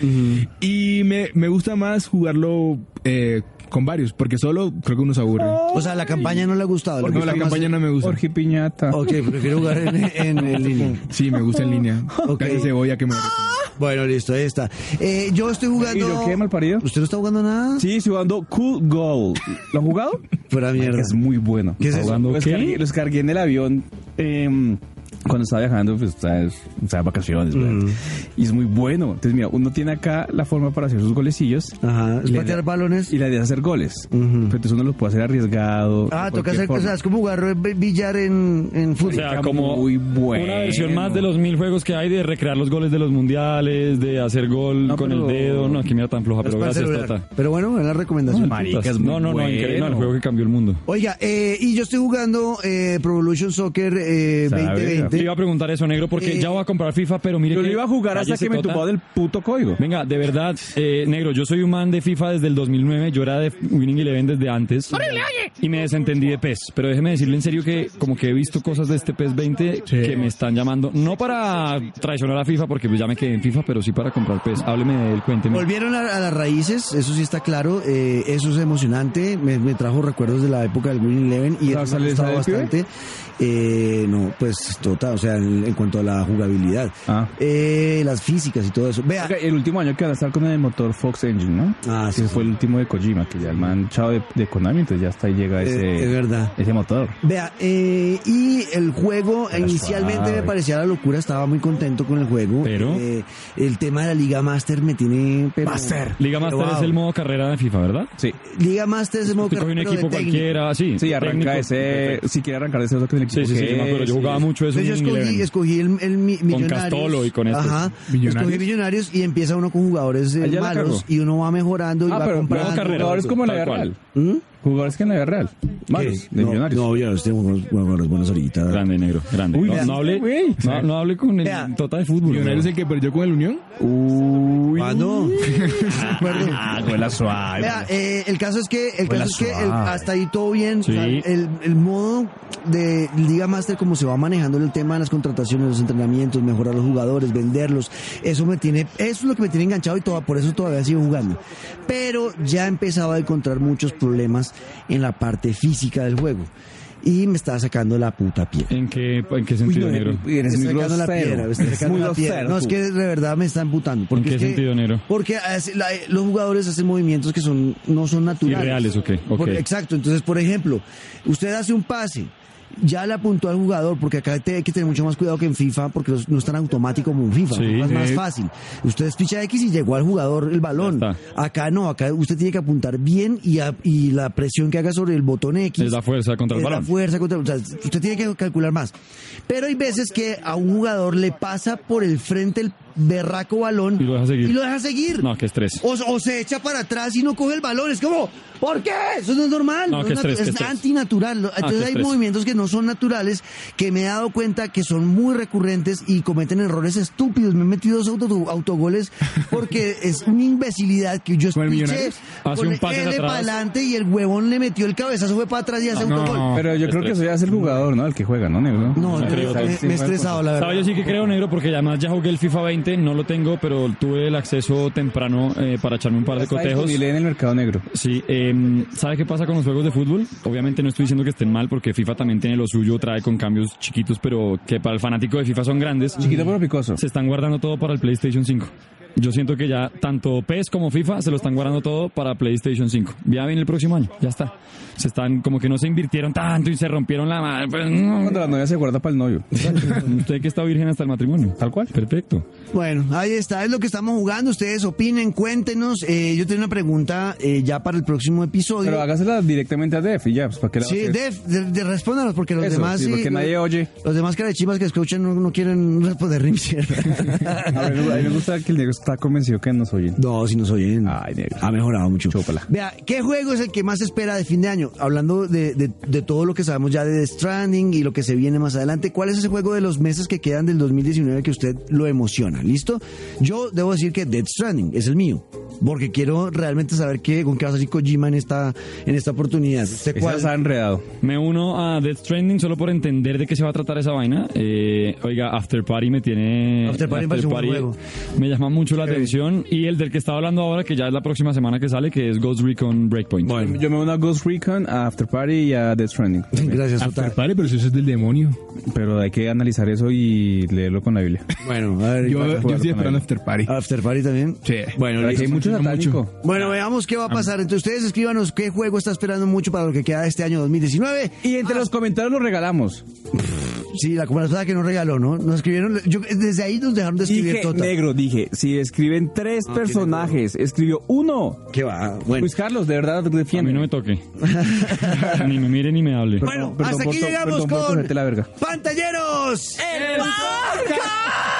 y me, me gusta más jugarlo eh, con varios, porque solo creo que uno se aburre.
O sea, la campaña no le ha gustado. ¿le
Porque
gusta
la
Oh, más-
campaña no me gusta.
Jorge Piñata.
Ok, prefiero jugar en, en, en línea.
Sí, me gusta en línea.
Ok. Ah.
Gracias cebolla que me lo recomienda.
Bueno, listo, ahí está. Eh, yo estoy jugando...
¿Y yo qué, malparido?
¿Usted no está jugando nada?
Sí, estoy jugando Cool Goal. ¿Lo han jugado?
Fuera mierda.
Es muy bueno.
¿Qué es eso?
¿Jugando
Los
qué?
cargué, los cargué en el avión em, cuando estaba viajando, pues, sabes, o sea, vacaciones, ¿verdad? Y es muy bueno. Entonces, mira, uno tiene acá la forma para hacer sus golecillos.
Ajá, es
Le-
patear balones.
Y la idea es hacer goles. Pero entonces uno los puede hacer arriesgado.
Ah, toca
de cualquier
hacer... O
forma.
sea, es como jugar eh, billar en, en
O
fútbol.
sea, como
muy bueno.
una versión más de los mil juegos que hay de recrear los goles de los mundiales, de hacer gol
No,
con el
pero-
dedo. No, qué mierda tan floja,
Es
pero
para
gracias,
celular.
Tota.
Pero bueno, buena recomendación.
Marica,
Putas.
es muy
no, no, no,
bueno.
increíble. no, el juego que cambió el mundo.
Oiga, eh, y yo estoy jugando eh, Pro Evolution Soccer eh,
Sabe,
2020.
Te iba a preguntar eso, negro, porque
Eh,
ya voy a comprar FIFA, pero mire
Yo
que...
lo iba a jugar hasta
Cállese,
que me
Tota.
tumbó del puto código.
Venga, de verdad, eh, negro, yo soy un man de FIFA desde el 2009, yo era de Winning Eleven desde antes. Y me desentendí de PES, pero déjeme decirle en serio que como que he visto cosas de este PES 20 que me están llamando, no para traicionar a FIFA porque pues ya me quedé en FIFA, pero sí para comprar PES. Hábleme de él, cuénteme.
Volvieron a, a las raíces, eso sí está claro, eh, eso es emocionante, me, me trajo recuerdos de la época del Green Eleven y
¿La
eso me ha
sale-
gustado
sale el
bastante. Eh, no, pues total, o sea, en, en cuanto a la jugabilidad,
Ah.
Eh, las físicas y todo eso. Vea, eh,
Oiga, El último año que van a estar con el motor Fox Engine, ¿no?
Ah, sí,
Ese
sí.
fue el último de Kojima, que ya el man chavo de, de Konami, entonces ya hasta ahí llega
eh,
ese,
es verdad.
ese motor.
Vea, eh, y el juego
Era
inicialmente
suave.
me parecía la locura, estaba muy contento con el juego.
Pero-
Eh, el tema de la Liga Master me tiene... Pero,
Liga Master
pero
es el
wow.
modo carrera de FIFA, ¿verdad?
Sí.
Liga Master es el modo
Usted coge un
carrera, pero
equipo
de técnico.
cualquiera, sí.
Sí,
técnico.
arranca ese. Si quiere arrancar ese otro que el equipo.
Sí, sí, sí,
que
yo me acuerdo,
es,
yo jugaba
sí.
mucho eso en
Entonces yo
Winning
escogí,
Eleven.
escogí el, el mi- Millonarios.
Castolo y con estos.
Ajá.
Millonarios.
Escogí Millonarios y empieza uno con jugadores eh,
Allá la
malos
cagó.
y uno va mejorando y
Ah,
va
pero
comprando.
no, jugadores como en la vida
Tal
real.
¿Mm?
Jugadores que en la vida real. Malos,
¿Qué?
de
no,
millonarios.
No, yo tengo unos buenos, buenos ahorita.
Grande, negro, grande.
Uy,
no,
vea.
no hable,
Güey.
no, no hable con el
Vea.
tota de fútbol.
Millonarios es el que perdió con el Unión.
Uy.
Ah, no. Perdón.
Ah, la suave.
Vea, eh, el caso es que, el
Huela
caso es que el-
suave.
hasta ahí todo bien.
Sí.
O sea, el, el modo de Liga Master, como se va manejando el tema de las contrataciones, los entrenamientos, mejorar los jugadores, venderlos, eso me tiene, eso es lo que me tiene enganchado y todo, por eso todavía sigo jugando. Pero ya empezaba a encontrar muchos problemas en la parte física del juego. Y me estaba sacando la puta piel.
¿En qué, en qué sentido, negro?
Eres muy
Estoy sacando la
grosero.
piedra, me estoy
Eres
sacando
muy
la piedra.
grosero.
No, es
tú.
que de verdad me está amputando. Porque
qué
es que-
sentido, negro?
Porque hace- la- los jugadores hacen movimientos que son no son naturales.
Irreales, ok, ok.
Por- exacto. Entonces, por ejemplo, usted hace un pase. Ya le apuntó al jugador, porque acá te- hay que tener mucho más cuidado que en FIFA, porque los- no es tan automático como en FIFA.
Sí,
en FIFA es más
sí.
fácil. Usted es ficha X y llegó al jugador el balón.
Ya
Acá no, acá usted tiene que apuntar bien y, a- y la presión que haga sobre el botón X
Es la fuerza contra el
es la
balón.
fuerza contra- o sea, usted tiene que calcular más. Pero hay veces que a un jugador le pasa por el frente el berraco balón
Y lo deja seguir.
y lo deja seguir.
No, qué estrés.
O, o se echa para atrás y no coge el balón. Es como, ¿por qué? Eso no es normal.
No,
es
qué
natu-
estrés, qué
es
estrés.
antinatural. Entonces
qué
hay
estrés.
movimientos que no son naturales que me he dado cuenta que son muy recurrentes y cometen errores estúpidos. Me he metido dos auto- autogoles porque es una imbecilidad que yo
¿Con el
escuché
Millonarios?
Hace
con
un
el
pase
L para
atrás. Ah,
adelante y el huevón le metió el cabezazo, fue para atrás y hace
No.
autogol.
Pero yo creo que eso ya es el jugador, ¿no? El que juega, ¿no, Negro?
No, yo-
creo.
me, me he estresado, la verdad.
¿Sabes? Yo sí que creo negro porque además ya jugué el FIFA 20, no lo tengo, pero tuve el acceso temprano eh, para echarme un par de
Está
cotejos.
disponible en el mercado negro.
Sí, eh, ¿sabe qué pasa con los juegos de fútbol? Obviamente no estoy diciendo que estén mal porque FIFA también tiene lo suyo, trae con cambios chiquitos, pero que para el fanático de FIFA son grandes.
Chiquito pero picoso.
Se están guardando todo para el PlayStation 5. Yo siento que ya tanto PES como FIFA se lo están guardando todo para PlayStation 5. Ya viene el próximo año, ya está. Se están como que no se invirtieron tanto y se rompieron la madre. pues, no.
Cuando la novia se guarda para el novio.
Usted que está virgen hasta el matrimonio.
Tal cual.
Perfecto.
Bueno, ahí está, es lo que estamos jugando. Ustedes opinen, cuéntenos. Eh, yo tengo una pregunta eh, ya para el próximo episodio.
Pero hágasela directamente a Def y ya, pues para que la
Sí, Def, de, de- respóndanos, porque los
Eso,
demás.
sí, porque nadie oye.
Los demás carachivas que escuchan no, no quieren responder ni mierda.
A ver, a mí me gusta que el negro está convencido que nos oyen.
No, si nos oyen.
Ay, negro.
Ha mejorado mucho.
Chúpala.
Vea, ¿qué juego es el que más se espera de fin de año? Hablando de, de- de todo lo que sabemos ya de The Stranding y lo que se viene más adelante, ¿cuál es ese juego de los meses que quedan del 2019 que usted lo emociona? ¿Listo? Yo debo decir que Dead Stranding es el mío, porque quiero realmente saber qué, con qué va a salir Kojima en esta, en esta oportunidad. ¿Usted
Ese
cuál?
está enredado.
Me uno a Death Stranding solo por entender de qué se va a tratar esa vaina. Eh, oiga, After Party me tiene.
After Party me parece un buen juego.
me llama mucho la atención. Y el del que estaba hablando ahora, que ya es la próxima semana que sale, que es Ghost Recon Breakpoint.
Yo me uno a Ghost Recon, a After Party y a Death Stranding.
Gracias,
After
Otar.
Party, pero si eso es del demonio.
Pero hay que analizar eso y leerlo con la Biblia.
Bueno, a ver,
Yo, yo
jugarlo
estoy
con
esperando
él.
After Party.
After Party también.
Sí.
Bueno,
Pero aquí hay
listo.
mucho
Mucho.
satánico.
Bueno, veamos qué va a pasar. Entonces, ustedes escríbanos qué juego está esperando mucho para lo que queda de este año 2019.
Y entre los comentarios lo regalamos.
Sí, la comparativa que nos regaló, ¿no? Nos escribieron. yo- desde ahí nos dejaron de escribir
Dije,
Tota.
negro, dije, si escriben tres personajes, escribió uno.
¿Qué va? Bueno.
Luis Carlos, de verdad,
A mí
defiende.
no me toque. ni me mire ni me hable.
bueno,
perdón
hasta aquí
por to-
llegamos
perdón por
con
cogerte la verga.
Pantalleros. ¡El, podcast!